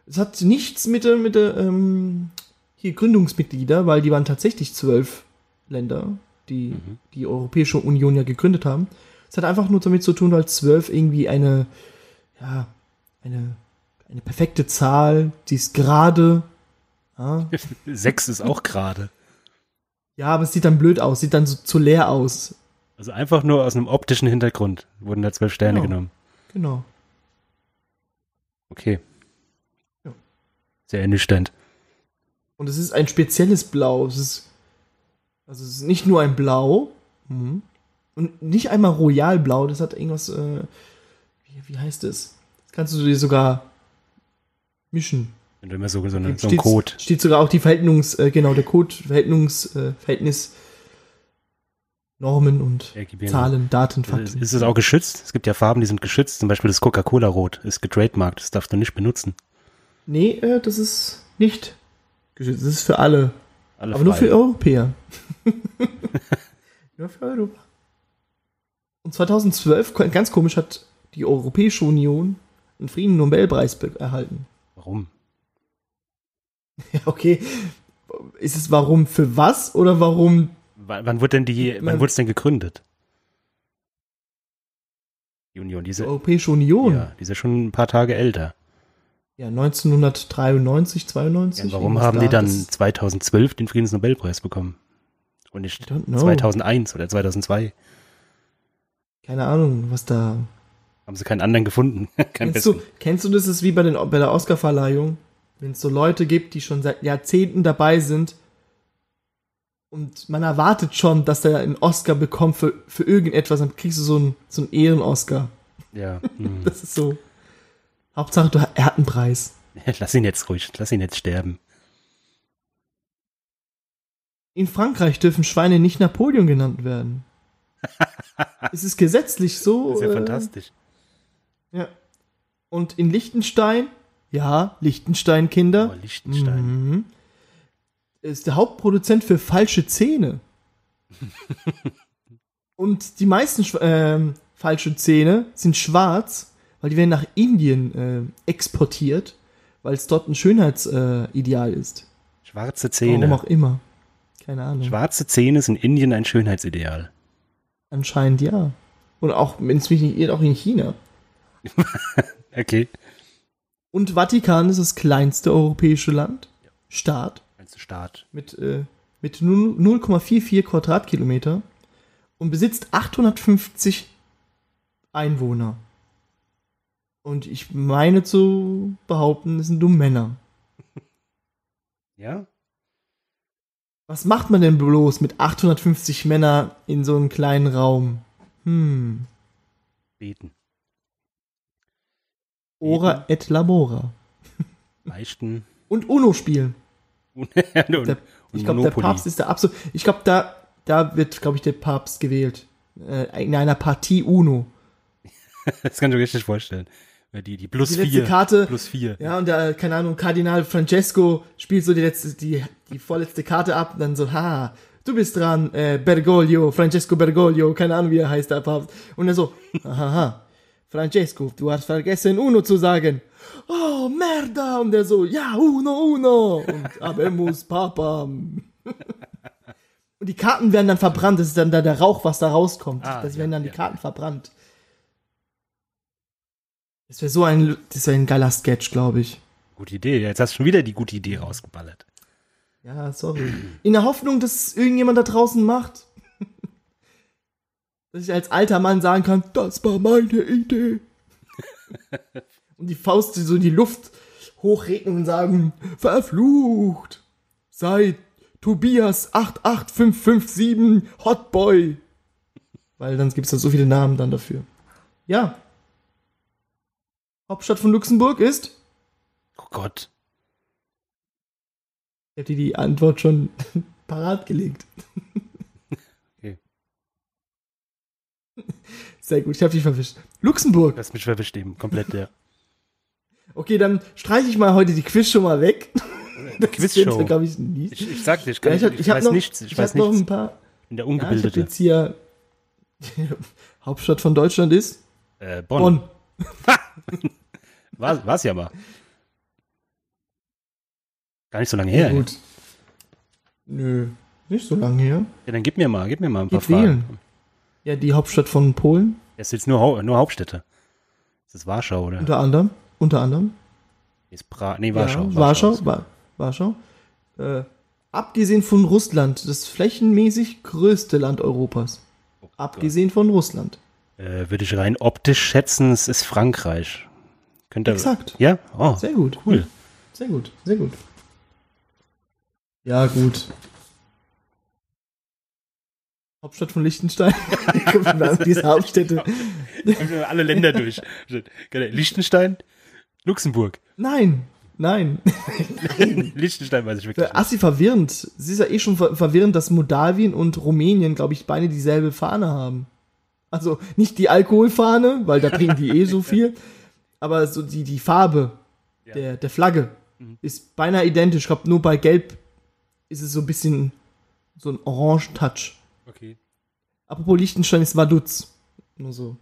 Es hat nichts mit der, mit der, ähm, hier Gründungsmitglieder, weil die waren tatsächlich zwölf Länder, die
Mhm.
die Europäische Union ja gegründet haben. Es hat einfach nur damit zu tun, weil zwölf irgendwie eine, ja, eine, eine perfekte Zahl, die ist gerade. Ja.
Sechs ist auch gerade.
ja, aber es sieht dann blöd aus, sieht dann so zu leer aus.
Also einfach nur aus einem optischen Hintergrund wurden da zwölf Sterne
Genau.
genommen.
Genau.
Okay.
Ja.
Sehr ernüchternd.
Und es ist ein spezielles Blau. Es ist, also es ist nicht nur ein Blau. Mhm. Und nicht einmal Royalblau, das hat irgendwas, äh, wie, wie heißt es? Das kannst du dir sogar mischen.
Wenn du immer so, so, eine, so einen
steht,
Code.
steht sogar auch die Verhältnungs, äh, genau, der Code, Verhältnungs, äh, Verhältnis, Normen und
ergibt.
Zahlen, Daten,
Ist,
Fakten.
ist es auch geschützt? Es gibt ja Farben, die sind geschützt. Zum Beispiel das Coca-Cola-Rot ist getrademarkt. Das darfst du nicht benutzen.
nee, äh, das ist nicht geschützt. Das ist für alle.
Alle
aber nur
frei.
für Europäer. [laughs] nur für Europa. Und 2012, ko- ganz komisch, hat die Europäische Union einen Frieden-Nobelpreis be- erhalten. [laughs]
Warum?
Ja, okay. Ist es warum für was oder warum
Wann, wann wurde denn die, wann
Man-
wurde es denn gegründet? Die Union, diese,
die Europäische Union?
ja, die ist ja schon ein paar Tage älter.
Ja, 1993, 92.
Ja, warum
irgendwas
haben
da.
die dann
Das-
2012 den Friedensnobelpreis bekommen? Und nicht
I don't know.
2001 oder 2002?
Keine Ahnung, was da.
Haben sie keinen anderen gefunden? [laughs] Kein
Kennst du,
besten.
kennst du das ist wie bei, den, bei der Oscarverleihung, wenn es so Leute gibt, die schon seit Jahrzehnten dabei sind und man erwartet schon, dass der einen Oscar bekommt für, für irgendetwas, dann kriegst du so einen, so einen Ehren-Oscar.
Ja. hm. [laughs]
Das ist so. Hauptsache, du, er hat einen Preis.
lass ihn jetzt ruhig, lass ihn jetzt sterben.
In Frankreich dürfen Schweine nicht Napoleon genannt
[laughs]
werden. es ist gesetzlich so.
Das ist ja
äh,
fantastisch.
Ja. Und in Liechtenstein, ja, Liechtenstein-Kinder.
Oh, Liechtenstein.
Mhm. Ist der Hauptproduzent für falsche Zähne. Und die meisten Schw- ähm, falschen Zähne sind schwarz, weil die werden nach Indien äh, exportiert, weil es dort ein Schönheitsideal äh, Ideal ist.
Schwarze
Warum
Zähne.
auch immer. Keine Ahnung.
Schwarze Zähne ist in Indien ein Schönheitsideal.
Anscheinend ja. Und auch, wenn es mich nicht irrt, auch in China.
Okay.
Und Vatikan ist das kleinste europäische Land, Staat,
Als Staat.
mit, äh, mit nu- 0,44 Quadratkilometer und besitzt 850 Einwohner. Und ich meine zu behaupten, es sind dumme Männer.
Ja?
Was macht man denn bloß mit 850 Männern in so einem kleinen Raum? Hm.
Beten.
Ora et labora.
Beichten.
Und Uno spielen.
Und, und,
Der-
und
ich glaube, der Papst ist der absolute. Ich glaube, da, da wird, glaube ich, der Papst gewählt. Äh, in einer Partie Uno.
Das kann ich mir richtig vorstellen. Weil Die, die plus
Die letzte
vier.
Karte.
Plus vier.
Ja, und da, keine Ahnung, Kardinal Francesco spielt so die letzte, die, die vorletzte Karte ab und dann so, ha, du bist dran, äh, Bergoglio, Francesco Bergoglio, keine Ahnung, wie er heißt, der Papst. Und er so, haha, Francesco, du hast vergessen, Uno zu sagen. Oh, merda! Und er so, ja, Uno, Uno!
[laughs]
Und abemus papam. und die Karten werden dann verbrannt, das ist dann da der Rauch, was da rauskommt.
Ah,
das
ja,
werden dann
ja.
die Karten verbrannt. Das wäre so ein, das wäre ein geiler Sketch, glaube ich.
Gute Idee. Jetzt hast du schon wieder die gute Idee rausgeballert.
Ja, sorry. In der Hoffnung, dass es irgendjemand da draußen macht. [laughs] dass ich als alter Mann sagen kann, das war meine Idee. und die Faust so in die Luft hochrecken und sagen, verflucht. Sei Tobias 88557 Hotboy. Weil dann gibt's da so viele Namen dann dafür. Ja. Hauptstadt von Luxemburg ist?
Oh Gott.
Ich hab dir die Antwort schon [laughs] parat gelegt.
Okay.
[laughs] Sehr gut, ich habe dich verwischt. Luxemburg.
Du hast mich verwischt eben.
[laughs]
Komplett der
Okay, dann streiche ich mal heute die Quiz schon mal weg. [laughs]
Quizshow.
glaube ich, nie.
Ich, ich sag dir,
Ja,
ich, kann,
ich,
ich,
hab- ich habe
weiß
noch,
nichts. Ich,
ich
weiß
hab noch
nichts.
ein paar.
Ich bin der
Ja, ich hab
Ungebildete.
jetzt hier. [laughs] Hauptstadt von Deutschland ist
äh, Bonn.
Bonn.
War es ja mal. Gar nicht so lange her.
Ja, gut. Nö, nicht so lange her.
Ja, dann gib mir mal, gib mir mal ein paar
Geht
Fragen.
wählen. Ja, die Hauptstadt von Polen,
Das ist jetzt nur, Hau- nur Hauptstädte. Ist das Warschau, oder?
unter anderem. Unter anderem.
Ist pra nee, Warschau.
Ja, Warschau.
ist-
Wa- Warschau. Äh, abgesehen von Russland, das flächenmäßig größte Land Europas.
Oh Gott.
Abgesehen von Russland.
Äh, würde ich rein optisch schätzen, es ist Frankreich. Könnte
Exakt.
Ja? Oh,
Sehr gut.
[laughs] cool.
Sehr gut. Sehr gut. Ja, gut. Hauptstadt von Liechtenstein. [laughs] Guck mal, also Diese Hauptstädte.
Also Alle Länder durch. Also, Liechtenstein? Luxemburg.
Nein, nein.
[laughs] Liechtenstein weiß ich wirklich nicht.
Äh, Assi verwirrend. Es ist ja eh schon ver verwirrend, dass Moldawien und Rumänien, glaube ich, beide dieselbe Fahne haben. Also nicht die Alkoholfahne, weil da trinken die eh so viel, aber so die, die Farbe
Ja.
der, der Flagge ist beinahe identisch. Ich glaube, nur bei Gelb ist es so ein bisschen so ein Orange-Touch.
Okay.
Apropos Liechtenstein ist Vaduz. Nur so.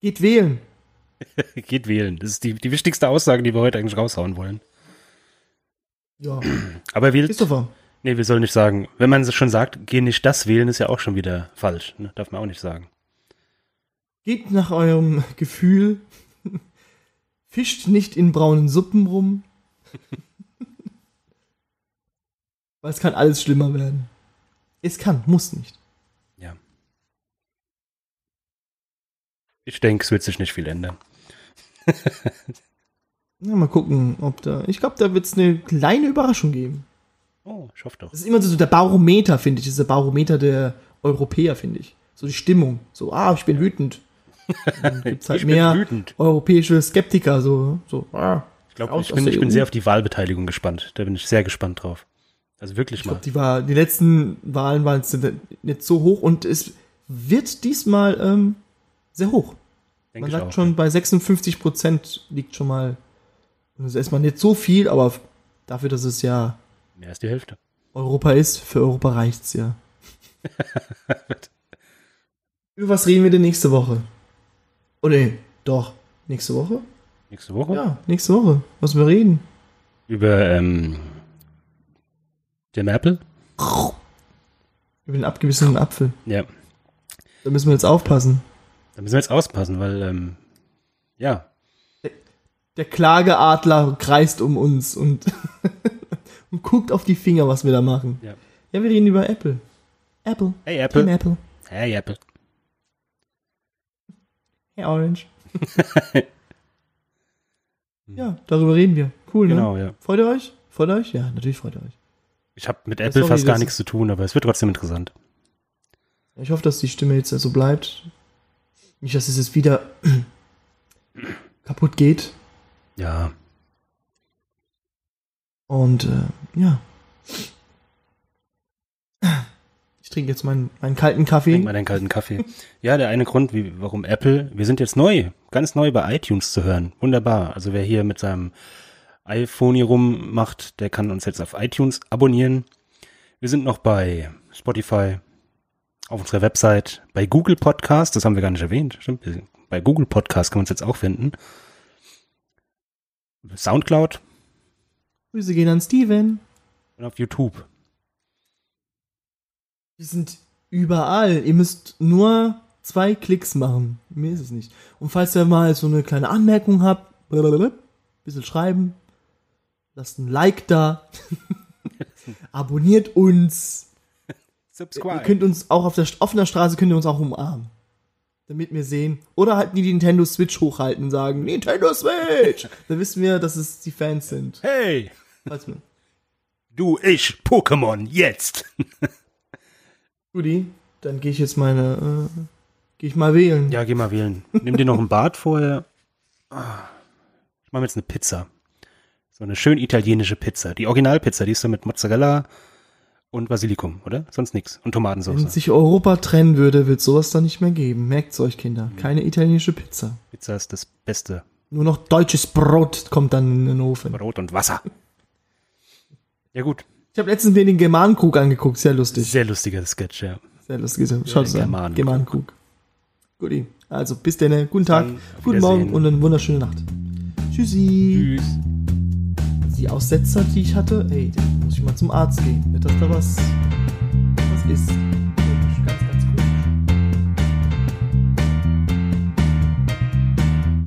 Geht wählen.
Geht wählen. Das ist die, die wichtigste Aussage, die wir heute eigentlich raushauen wollen.
Ja,
Aber wählt.
Christopher.
Nee, wir sollen nicht sagen. Wenn man es schon sagt, geh nicht das wählen, ist ja auch schon wieder falsch. Ne? Darf man auch nicht sagen.
Geht nach eurem Gefühl. [laughs] Fischt nicht in braunen Suppen rum. [laughs] Weil es kann alles schlimmer werden. Es kann, muss nicht.
Ich denke, es wird sich nicht viel ändern.
Na, mal gucken, ob da. Ich glaube, da wird es eine kleine Überraschung geben.
Oh, ich hoffe doch.
Das ist immer so der Barometer, finde ich. Das ist der Barometer der Europäer, finde ich. So die Stimmung. So, ah, ich bin
[laughs]
wütend. Dann gibt's halt
ich
mehr
bin wütend.
europäische Skeptiker, so, so, ah.
Ich glaube,
raus
ich
aus
bin,
der E
ich bin
EU.
sehr auf die Wahlbeteiligung gespannt. Da bin ich sehr gespannt drauf. Also wirklich
Ich
mal.
glaube, die, war, die letzten Wahlen waren jetzt nicht so hoch und es wird diesmal ähm, sehr hoch. Man
Denke ich
sagt
auch.
schon, bei 56 Prozent liegt schon mal. Das ist erstmal nicht so viel, aber dafür, dass es ja
Mehr als die Hälfte.
Europa ist, für Europa reicht's ja.
[laughs]
Über was reden wir denn nächste Woche? Oh nee, doch. Nächste Woche?
Nächste Woche
Ja, nächste Woche. Was wir reden?
über ähm, Jim Apple.
Über den abgebissenen Apfel.
Ja,
Da müssen wir jetzt aufpassen.
da müssen wir jetzt auspassen, weil ähm, ja,
der Klageadler kreist um uns und, [laughs] und guckt auf die Finger, was wir da machen.
Ja. Äh.
ja, wir reden über Apple. Apple.
Hey
Team
Apple.
Apple.
Hey Apple.
Hey
[laughs]
Orange. ja, darüber reden wir. Cool, ne?
Genau, ja.
Freut ihr euch? Freut ihr euch? Ja, natürlich freut ihr euch.
Ich habe mit
Das
Apple
war
fast
wie
gar
das-
nichts zu tun, aber es wird trotzdem interessant.
Ich hoffe, dass die Stimme jetzt so bleibt. Nicht, dass es jetzt wieder [clears throat] kaputt geht.
Ja.
Und äh, ja. Ich trinke jetzt meinen, meinen kalten
Trink
Kaffee.
mal deinen kalten Kaffee. Ja, der eine Grund, wie, warum Apple, wir sind jetzt neu, ganz neu bei iTunes zu hören. Wunderbar. Also wer hier mit seinem iPhone hier rummacht, der kann uns jetzt auf iTunes abonnieren. Wir sind noch bei Spotify, auf unserer Website, bei Google Podcast, das haben wir gar nicht erwähnt, stimmt. wir sind- Bei Google Podcast kann man uns jetzt auch finden. Soundcloud
Grüße gehen an Steven.
und auf YouTube.
Wir sind überall. Ihr müsst nur zwei Klicks machen. Mehr ist es nicht. Und falls ihr mal so eine kleine Anmerkung habt, blablabla, bisschen schreiben, lasst ein Like da, abonniert uns. Ihr könnt uns auch auf der St- offener Straße könnt ihr uns auch umarmen. Damit wir sehen. Oder halt die Nintendo Switch hochhalten und sagen, Nintendo Switch! Dann wissen wir, dass es die Fans sind.
Hey!
Falls wir.
Du, ich, Pokémon, jetzt!
Guti, dann gehe ich jetzt meine, äh, gehe ich mal wählen.
Ja, geh mal wählen. Nimm dir noch ein Bad vorher. Ah. Ich mache mir jetzt eine Pizza. So eine schön italienische Pizza. Die Originalpizza, die ist so mit Mozzarella und Basilikum, oder? Sonst nix. Und
Wenn
Tomatensauce.
sich Europa trennen würde, wird sowas dann nicht mehr geben. Merkt's euch, Kinder. Keine italienische Pizza.
Pizza ist das Beste.
Nur noch deutsches Brot kommt dann in den Ofen.
Brot und Wasser. Ja gut.
Ich habe letztens mir den Germanenkrug angeguckt. Sehr lustig.
Sehr lustiger Sketch, ja.
Sehr lustig. Schaut es an.
Germanenkrug.
Germanenkrug. Guti. Also, bis denn. Guten Tag,
Dann, auf
guten Morgen
Wiedersehen.
und eine wunderschöne Nacht. Tschüssi.
Tschüss.
Die Aussetzer, die ich hatte, ey, da muss ich mal zum Arzt gehen. Nicht, dass da was, was ist.